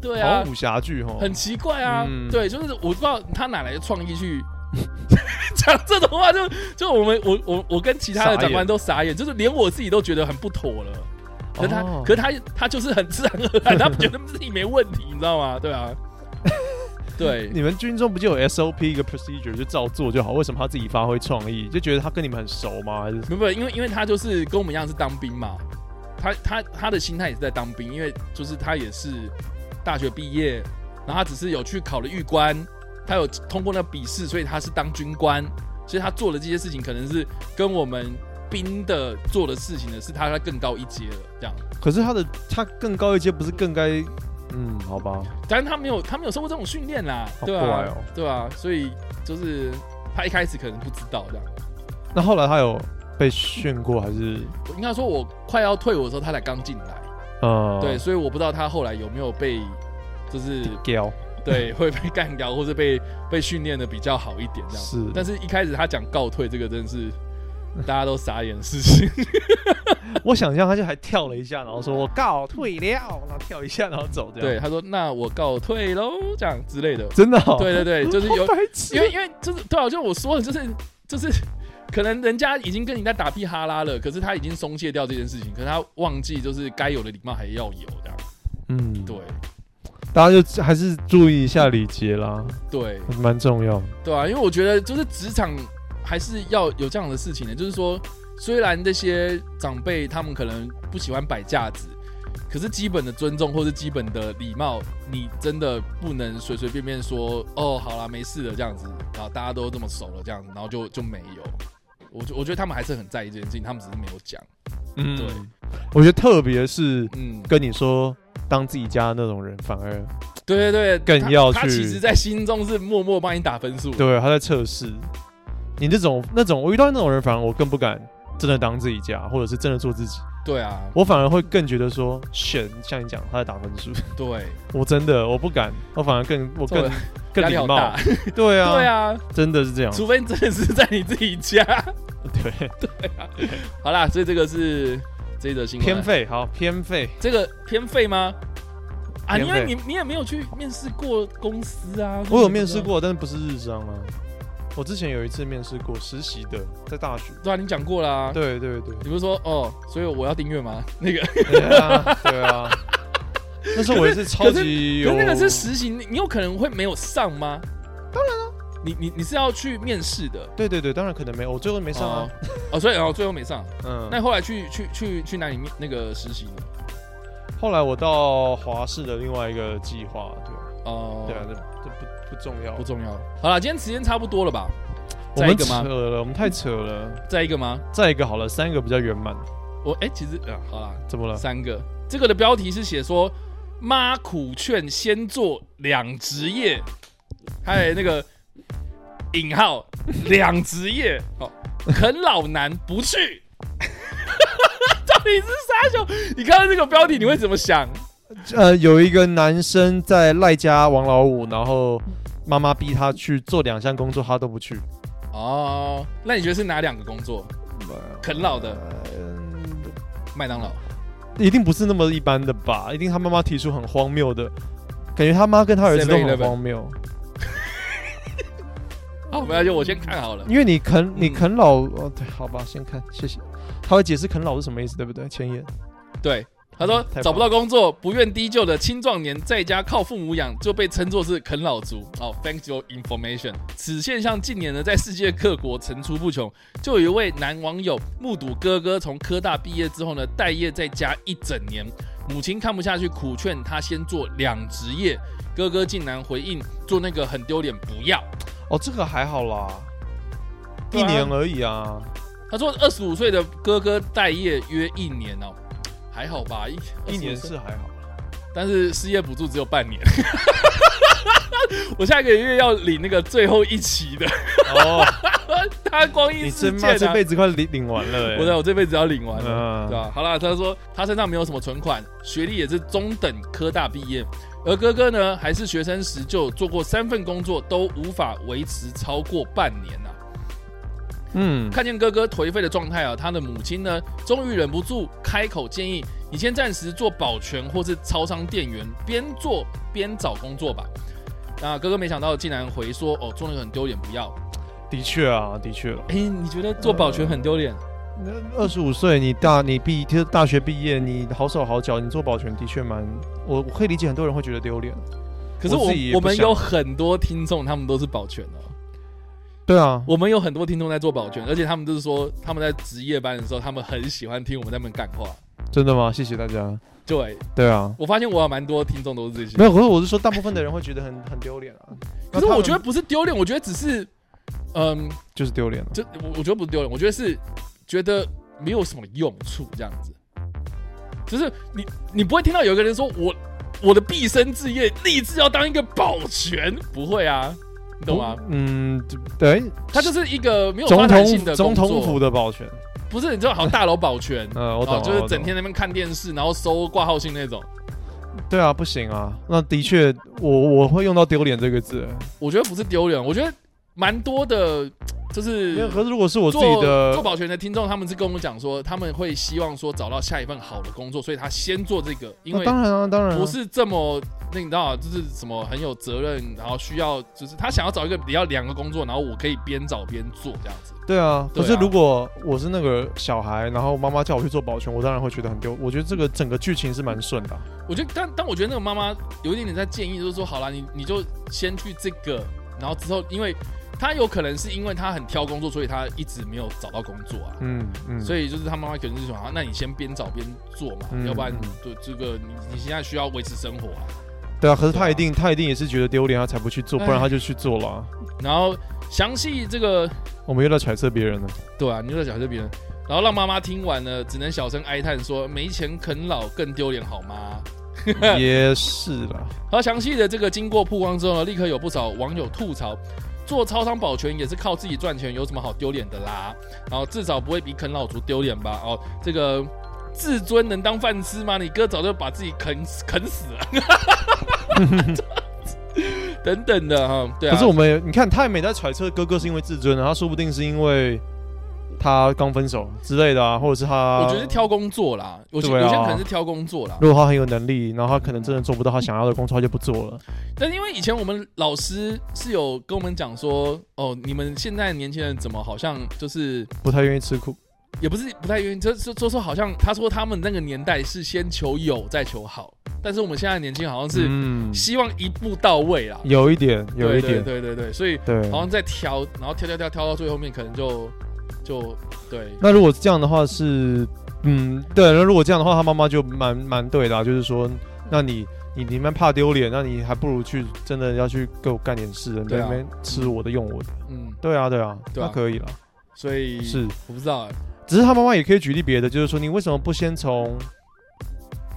对
好
啊
像，武侠剧哦。
很奇怪啊，
嗯
对，就是我不知道他哪来的创意去 讲这种话，就就我们我我我跟其他的
傻
长官
眼
都傻眼，就是连我自己都觉得很不妥了。可是他，
哦
可是他，他就是很自然而然，他觉得自己没问题，你知道吗？对 啊，对，
你们军中不就有 SOP 一个 procedure 就照做就好？为什么他自己发挥创意？就觉得他跟你们很熟吗？还是
没有，没有，因为因为他就是跟我们一样是当兵嘛，他他他的心态也是在当兵，因为就是他也是大学毕业，然后他只是有去考了狱官，他有通过那笔试，所以他是当军官，所以他做的这些事情可能是跟我们兵的做的事情呢，是他在更高一阶了这样。
可是他的他更高一阶，不是更该？嗯，好吧，
但是他没有他没有受过这种训练啦，
嗯好
对
怪
啊
哦，
对啊，所以就是他一开始可能不知道这样。
那后来他有被训过还是？
我应该说，我快要退伍的时候，他才刚进来。
呃，
对，，所以我不知道他后来有没有被，就是
屌
对 会被干掉，或者被被训练的比较好一点这样。
是，
但是一开始他讲告退，这个真是大家都傻眼的事情。
我想象他就还跳了一下，然后说我告退了，然后跳一下，然后走这
对，
样。
他说：“那我告退喽，这样之类的。
对，真的、哦，”
对对对，就是有
好，白痴
因为因为就是对啊，就我说的，就是就是。可能人家已经跟你在打屁哈拉了，可是他已经松懈掉这件事情，可是他忘记就是该有的礼貌还要有这样。
嗯，
对
大家就还是注意一下礼节啦，
对，
蛮重要。
对啊，因为我觉得就是职场还是要有这样的事情的，就是说，虽然这些长辈他们可能不喜欢摆架子，可是基本的尊重或是基本的礼貌，你真的不能随随便便说哦，好啦，没事的这样子，然后大家都这么熟了这样子，然后就就没有。我觉我觉得他们还是很在意这件事情，他们只是没有讲。
嗯
对，
我觉得特别是
嗯，
跟你说当自己家的那种人，反而
对对对，
更
他
要
他
去
其实在心中是默默帮你打分数。
对他在测试你这种那种，我遇到那种人，反而我更不敢真的当自己家，或者是真的做自己，
对啊，
我反而会更觉得说神，像你讲他在打分 数，
对，
我真的我不敢，我反而更我
对
更
压
更
力
礼
好
貌
大。，
对啊，
对，啊，
真的是这样，
除非你真的是在你自己 家。
对，
啊好啦，所以这个是这一则新闻。
偏，废，好偏废，
这个偏废吗？啊，
偏
因为
废
你你也没有去面试过公司啊。
我有面试，过，但是不是日商啊。我之前有一次面试过实习的，在大学。
对啊，你讲过啦。，
对对对，
你不是说哦，所以我要订阅吗？ 那个，
对啊，对啊。那时候我也是超级
可
有，
是那个是实习，你你有可能会没有上吗？当然
啊
了，你你你是要去面试的。
对对对，当然可能没有，我最后没上啊
哦。，哦，所以哦，最后没上。
嗯，
那后来去去去去哪里面那个实习呢？
后来我到华视的另外一个计划，
哦，
对对啊，这这不不重要
不。重要。好啦，今天时间差不多了吧？
我
再一
们
个
扯
吗？
了，我们太扯了。
再一个吗？
再一个好了，三个比较圆满。
我哎、其实啊，好啦，
怎么了？
三个。这个的标题是写说妈苦劝先做两职业，还有那个引号两职业哦，啃老男不去。 到底是啥熊？你看到这个标题你会怎么想？
呃，有一个男生在赖家王老五，然后妈妈逼他去做两项工作，他都不去。
哦，那你觉得是哪两个工作？啃老的
嗯，
麦当劳。
一定不是那么一般的吧？一定他妈妈提出很荒谬的，感觉他妈跟他儿子都
7-Eleven
很荒谬。
好，没关系，我先看好了。
因为你啃
嗯
你啃老、哦，对，好吧，先看，谢谢。他会解释啃老是什么意思，对不对？前言
对，他说
太棒了
找不到工作、不愿低就的青壮年在家靠父母养，就被称作是啃老族。哦、t h a n k you information。此现象近年呢在世界各国层出不穷。就有一位男网友目睹哥哥从科大毕业之后呢待业在家一整年，母亲看不下去，苦劝他先做两职业，哥哥竟然回应做那个很丢脸，不要。
哦，这个还好啦，
对
一
啊
年而已啊。
他说二十五岁的哥哥待业约一年哦，还好吧，一
一年，
25岁
是还好，
但是失业补助只有半年。 我下个月要领那个最后一期的，
哦，
他光
你
阴似
真妈
箭
这
啊！
辈子快领领完了、欸，
我的我这辈子要领完了。
嗯
对吧、好啦，他说他身上没有什么存款，学历也是中等科大毕业，而哥哥呢还是学生时就有做过三份工作，都无法维持超过半年啊。
嗯，
看见哥哥颓废的状态啊，他的母亲呢，终于忍不住开口建议：你先暂时做保全或是超商店员，边做边找工作吧。那哥哥没想到竟然回说：哦，做那个很丢脸，不要。
的确啊，的确、啊。
哎，你觉得做保全很丢脸？
那二十五岁，你大你毕就是大学毕业，你好手好脚，你做保全的确蛮，我我可以理解很多人会觉得丢脸。
可是
我
我
自己也
我
不
们
想
有很多听众，他们都是保全哦。
对啊，
我们有很多听众在做保全，而且他们就是说他们在值夜班的时候，他们很喜欢听我们在那边干话。
真的吗？谢谢大家。
对，
对啊，
我发现我有蛮多听众都是这些
没。有，可是我是说，大部分的人会觉得很很丢脸啊。
可是我觉得
那他们
不是丢脸，我觉得只是，嗯，
就是丢脸了。啊
这我我觉得不是丢脸，我觉得是觉得没有什么用处这样子。就是你你不会听到有一个人说我我的毕生志业立志要当一个保全，不会啊，你懂吗？
不？嗯，就对，
他就是一个没有发
总
展性
统
的
总
工
统府
作，
的保全。。
不是你知道好像大楼保全
嗯，我懂
哦
了，，
就是
我懂
整天在那边看电视，然后收挂号信那种。
对啊，不行啊。那的确，我我会用到“丢脸”这个字。
我觉得不是丢脸，我觉得蛮多的，就是
没有，可是如果是我自己
做做
的，
保全的听众，他们是跟我讲说，他们会希望说找到下一份好的工作，所以他先做这个，因
那
为
当然啊，当然啊
不是这么那你知道啊，就是什么很有责任，然后需要就是他想要找一个比较两个工作，然后我可以边找边做这样子。
对啊，可
对啊
是如果我是那个小孩，然后妈妈叫我去做保全，我当然会觉得很丢。我觉得这个整个剧情是蛮顺的啊、
我觉得，但但我觉得那个妈妈有一点点在建议，就是说，好啦，你你就先去这个，然后之后，因为他有可能是因为他很挑工作，所以他一直没有找到工作啊。
嗯嗯，
所
以
以就是他妈妈可能是想啊，那你先边找边做嘛，
嗯
要不然
嗯
对这个你你现在需要维持生活啊。
对啊，可是
对啊
他一定、他一定也是觉得丢脸，他才不去做，
哎
不然他就去做了啊、
然后详细这个
我们又在揣测别人 了。
对啊，你就在讲这边，然后让妈妈听完了，只能小声哀叹说没钱啃老更丢脸好吗？
也是啦，
而详细的这个经过曝光之后呢，立刻有不少网友吐槽，做超商保全也是靠自己赚钱，有什么好丢脸的啦？然后至少不会比啃老族丢脸吧？哦，这个自尊能当饭吃吗？你哥早就把自己啃死啃死了，等等的哈、对啊。
可是我们也你看，他也没在揣测哥哥是因为自尊啊，他说不定是因为他刚分手之类的啊，或者是他
我觉得是挑工作啦，有些、
对啊
有些可能是挑工作啦。
如果他很有能力，然后他可能真的做不到他想要的工作，他就不做 了。
但是因为以前我们老师是有跟我们讲说，哦，你们现在年轻人怎么好像就是
不太愿意吃苦。
也不是不太愿意，就就就说好像他说他们那个年代是先求有再求好，但是我们现在年轻人好像是
嗯，
希望一步到位啦，
有一点，有一
对
点，嗯
对对对对，所以
对
好像在挑，然后挑挑挑挑到最后面，可能就就对，
那如果这样的话是，嗯，对，那如果这样的话，他妈妈就蛮蛮对的、啊，就是说，那你你你们怕丢脸，那你还不如去真的要去给我干点事，你
对
在
啊
那边吃我的用我的，
嗯，
对啊对啊，
对啊
那可以了，
所以
是，
我不知道欸、
只是他妈妈也可以举例别的，就是说你为什么不先从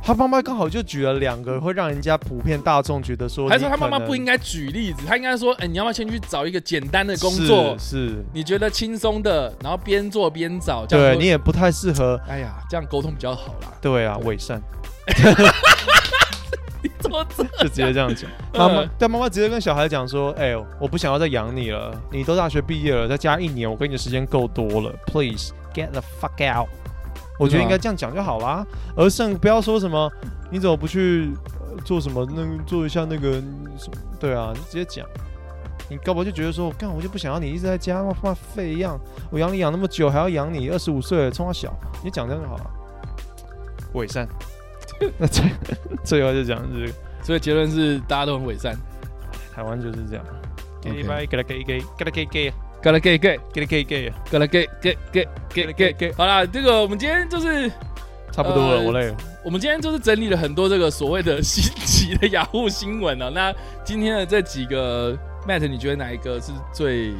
他妈妈刚好就举了两个会让人家普遍大众觉得说，
还是说他妈妈不应该举例子，他应该说，哎、你要不要先去找一个简单的工作，
是是
你觉得轻松的，然后边做边找，这样
对
会
你也不太适合。
哎呀，这样沟通比较好 啦。
对啊，伪善
你怎么这
就直接这样 讲。妈妈，但妈妈直接跟小孩讲说：“哎、呦，我不想要再养你了，你都大学毕业了，再加一年，我给你的时间够多了，please get the fuck out。”我觉得应该这样讲就好啦，而剩不要说什么，你怎么不去、呃做什么那个做一下那个什么？对啊，你直接讲。你搞不好就觉得说，干我就不想要你一直在家，妈妈废一样，我养你养那么久，还要养你，二十五岁了，冲他小，你讲这样就好了。伪善， 那最 最后就讲这个。
所以结论是大家都很伪善。
台湾就是这样。
OK
gay bye，给他 gay gay，给他 gay gay，
Gotta get get
给他 gay gay，
gotta get get get get get get。好啦，这个我们今天就是
差不多了，
呃
我累了。
我们今天就是整理了很多这个所谓的新奇的雅虎新闻啊。 那今天的这几个 Matt，你觉得哪一个是最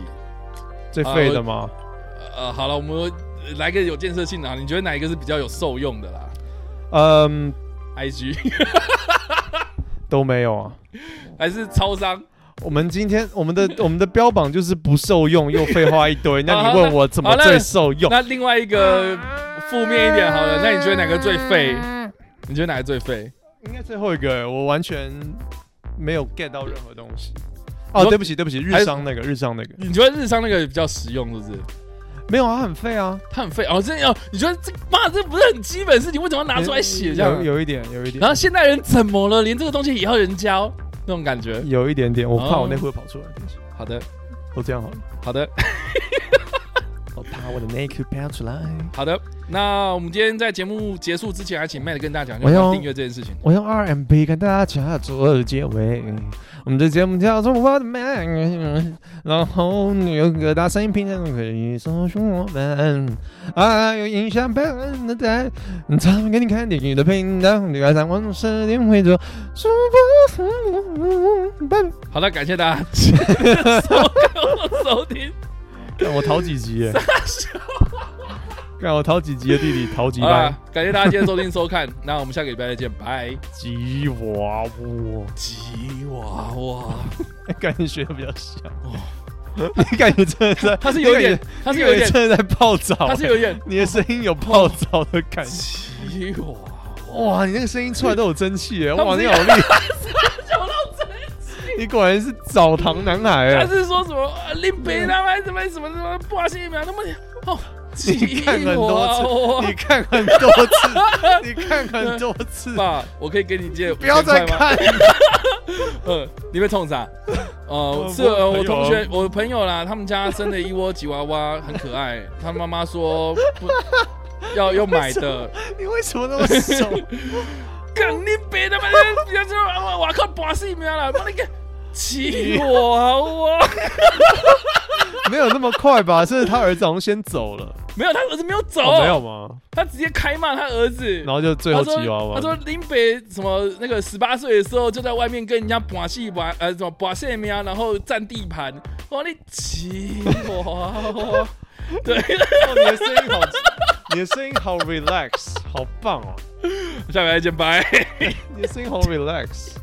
最
啊
废
我
的嘛，
呃好了？我们呃来个有建设性的啊，你觉得哪一个是比较有受用的啦
嗯，
？IG
都没有啊。
还是超商？
我们今天我们的我们的标榜就是不受用又废话一堆，那
好
你
那
问我怎么
好那
最受用？
那另外一个呃负面一点好了，那你觉得哪个最废？你觉得哪个最废？
应该最后一个，我完全没有 get 到任何东西。
你
哦，
说
对不起，对不起，
还
日
是
商那个，日商那个
你觉得日商那个比较实用，是不是？
没有啊，很废啊，
他很废哦，这哦，你觉得这妈这不是很基本的事情，为什么要拿出来写这样
有？有一点，有一点
然，后现代人怎么了？连这个东西也要人教那种感觉。
有一点点，我怕
哦
我内裤会跑出来。对不起
好的，
我这样好了，
好的，
我怕我的内裤飘出来。
好的。那我们今天在节目结束之前，还请 Matt 跟大家讲
我
一下
要
订阅这件事情。
我用 RMB 跟大家讲做结尾。我们的节目叫做《我的 Man》，然后有各大声音平台都可以搜寻我们啊，有影响版的在，他们给你看电影的频道，你爱上我的十点会做主播。拜拜
好的，感谢大家收看我收 听。
干我逃 几集耶？ 干我逃几集啊的弟弟，逃几
好
班
啦，感谢大家今天收听收看。 那我们下个礼拜再见，拜。
吉娃娃？
吉娃娃，
感觉学的比较像。你 感觉真的在，
哦 他是有一
你
点
感觉，
他是有一点，
真的在泡澡、欸
他是有一点
你的声音有泡澡的感 觉。
吉娃娃。
哇，你那个声音出来都有蒸汽耶！
他不
哇，
是
你好 厉害！你果然是澡堂男孩
他
哎！
是说什么呃林北他们什么什么什么不小心苗那么哦，
你看很多 次，你
次
看很多次，你看很多 次，
爸，我可以给你借，
不要再
吗？
看。
呃，你被冲啥？哦
我，
是呃
我
我同
朋友
学，我朋友啦，他们家生了一窝吉娃娃，很可爱。他妈妈说不要要买的，
你为什么那么熟？
更你别他妈的，别说我我靠，把死苗了，妈你个吉娃娃，
没有那么快吧？甚至他儿子好像先走了，
没有，他儿子没有走，
哦没有，吗？
他直接开骂他儿子，
然后就最后啊
他说
吉娃娃
他。说林北什么那个十八岁的时候就在外面跟人家把戏玩，呃，什么把戏喵，然后占地盘，我说你奇我，对，
哦 你的声音好，你的声音好 relax，好棒哦！
下回再见，拜。
你的声音好 relax。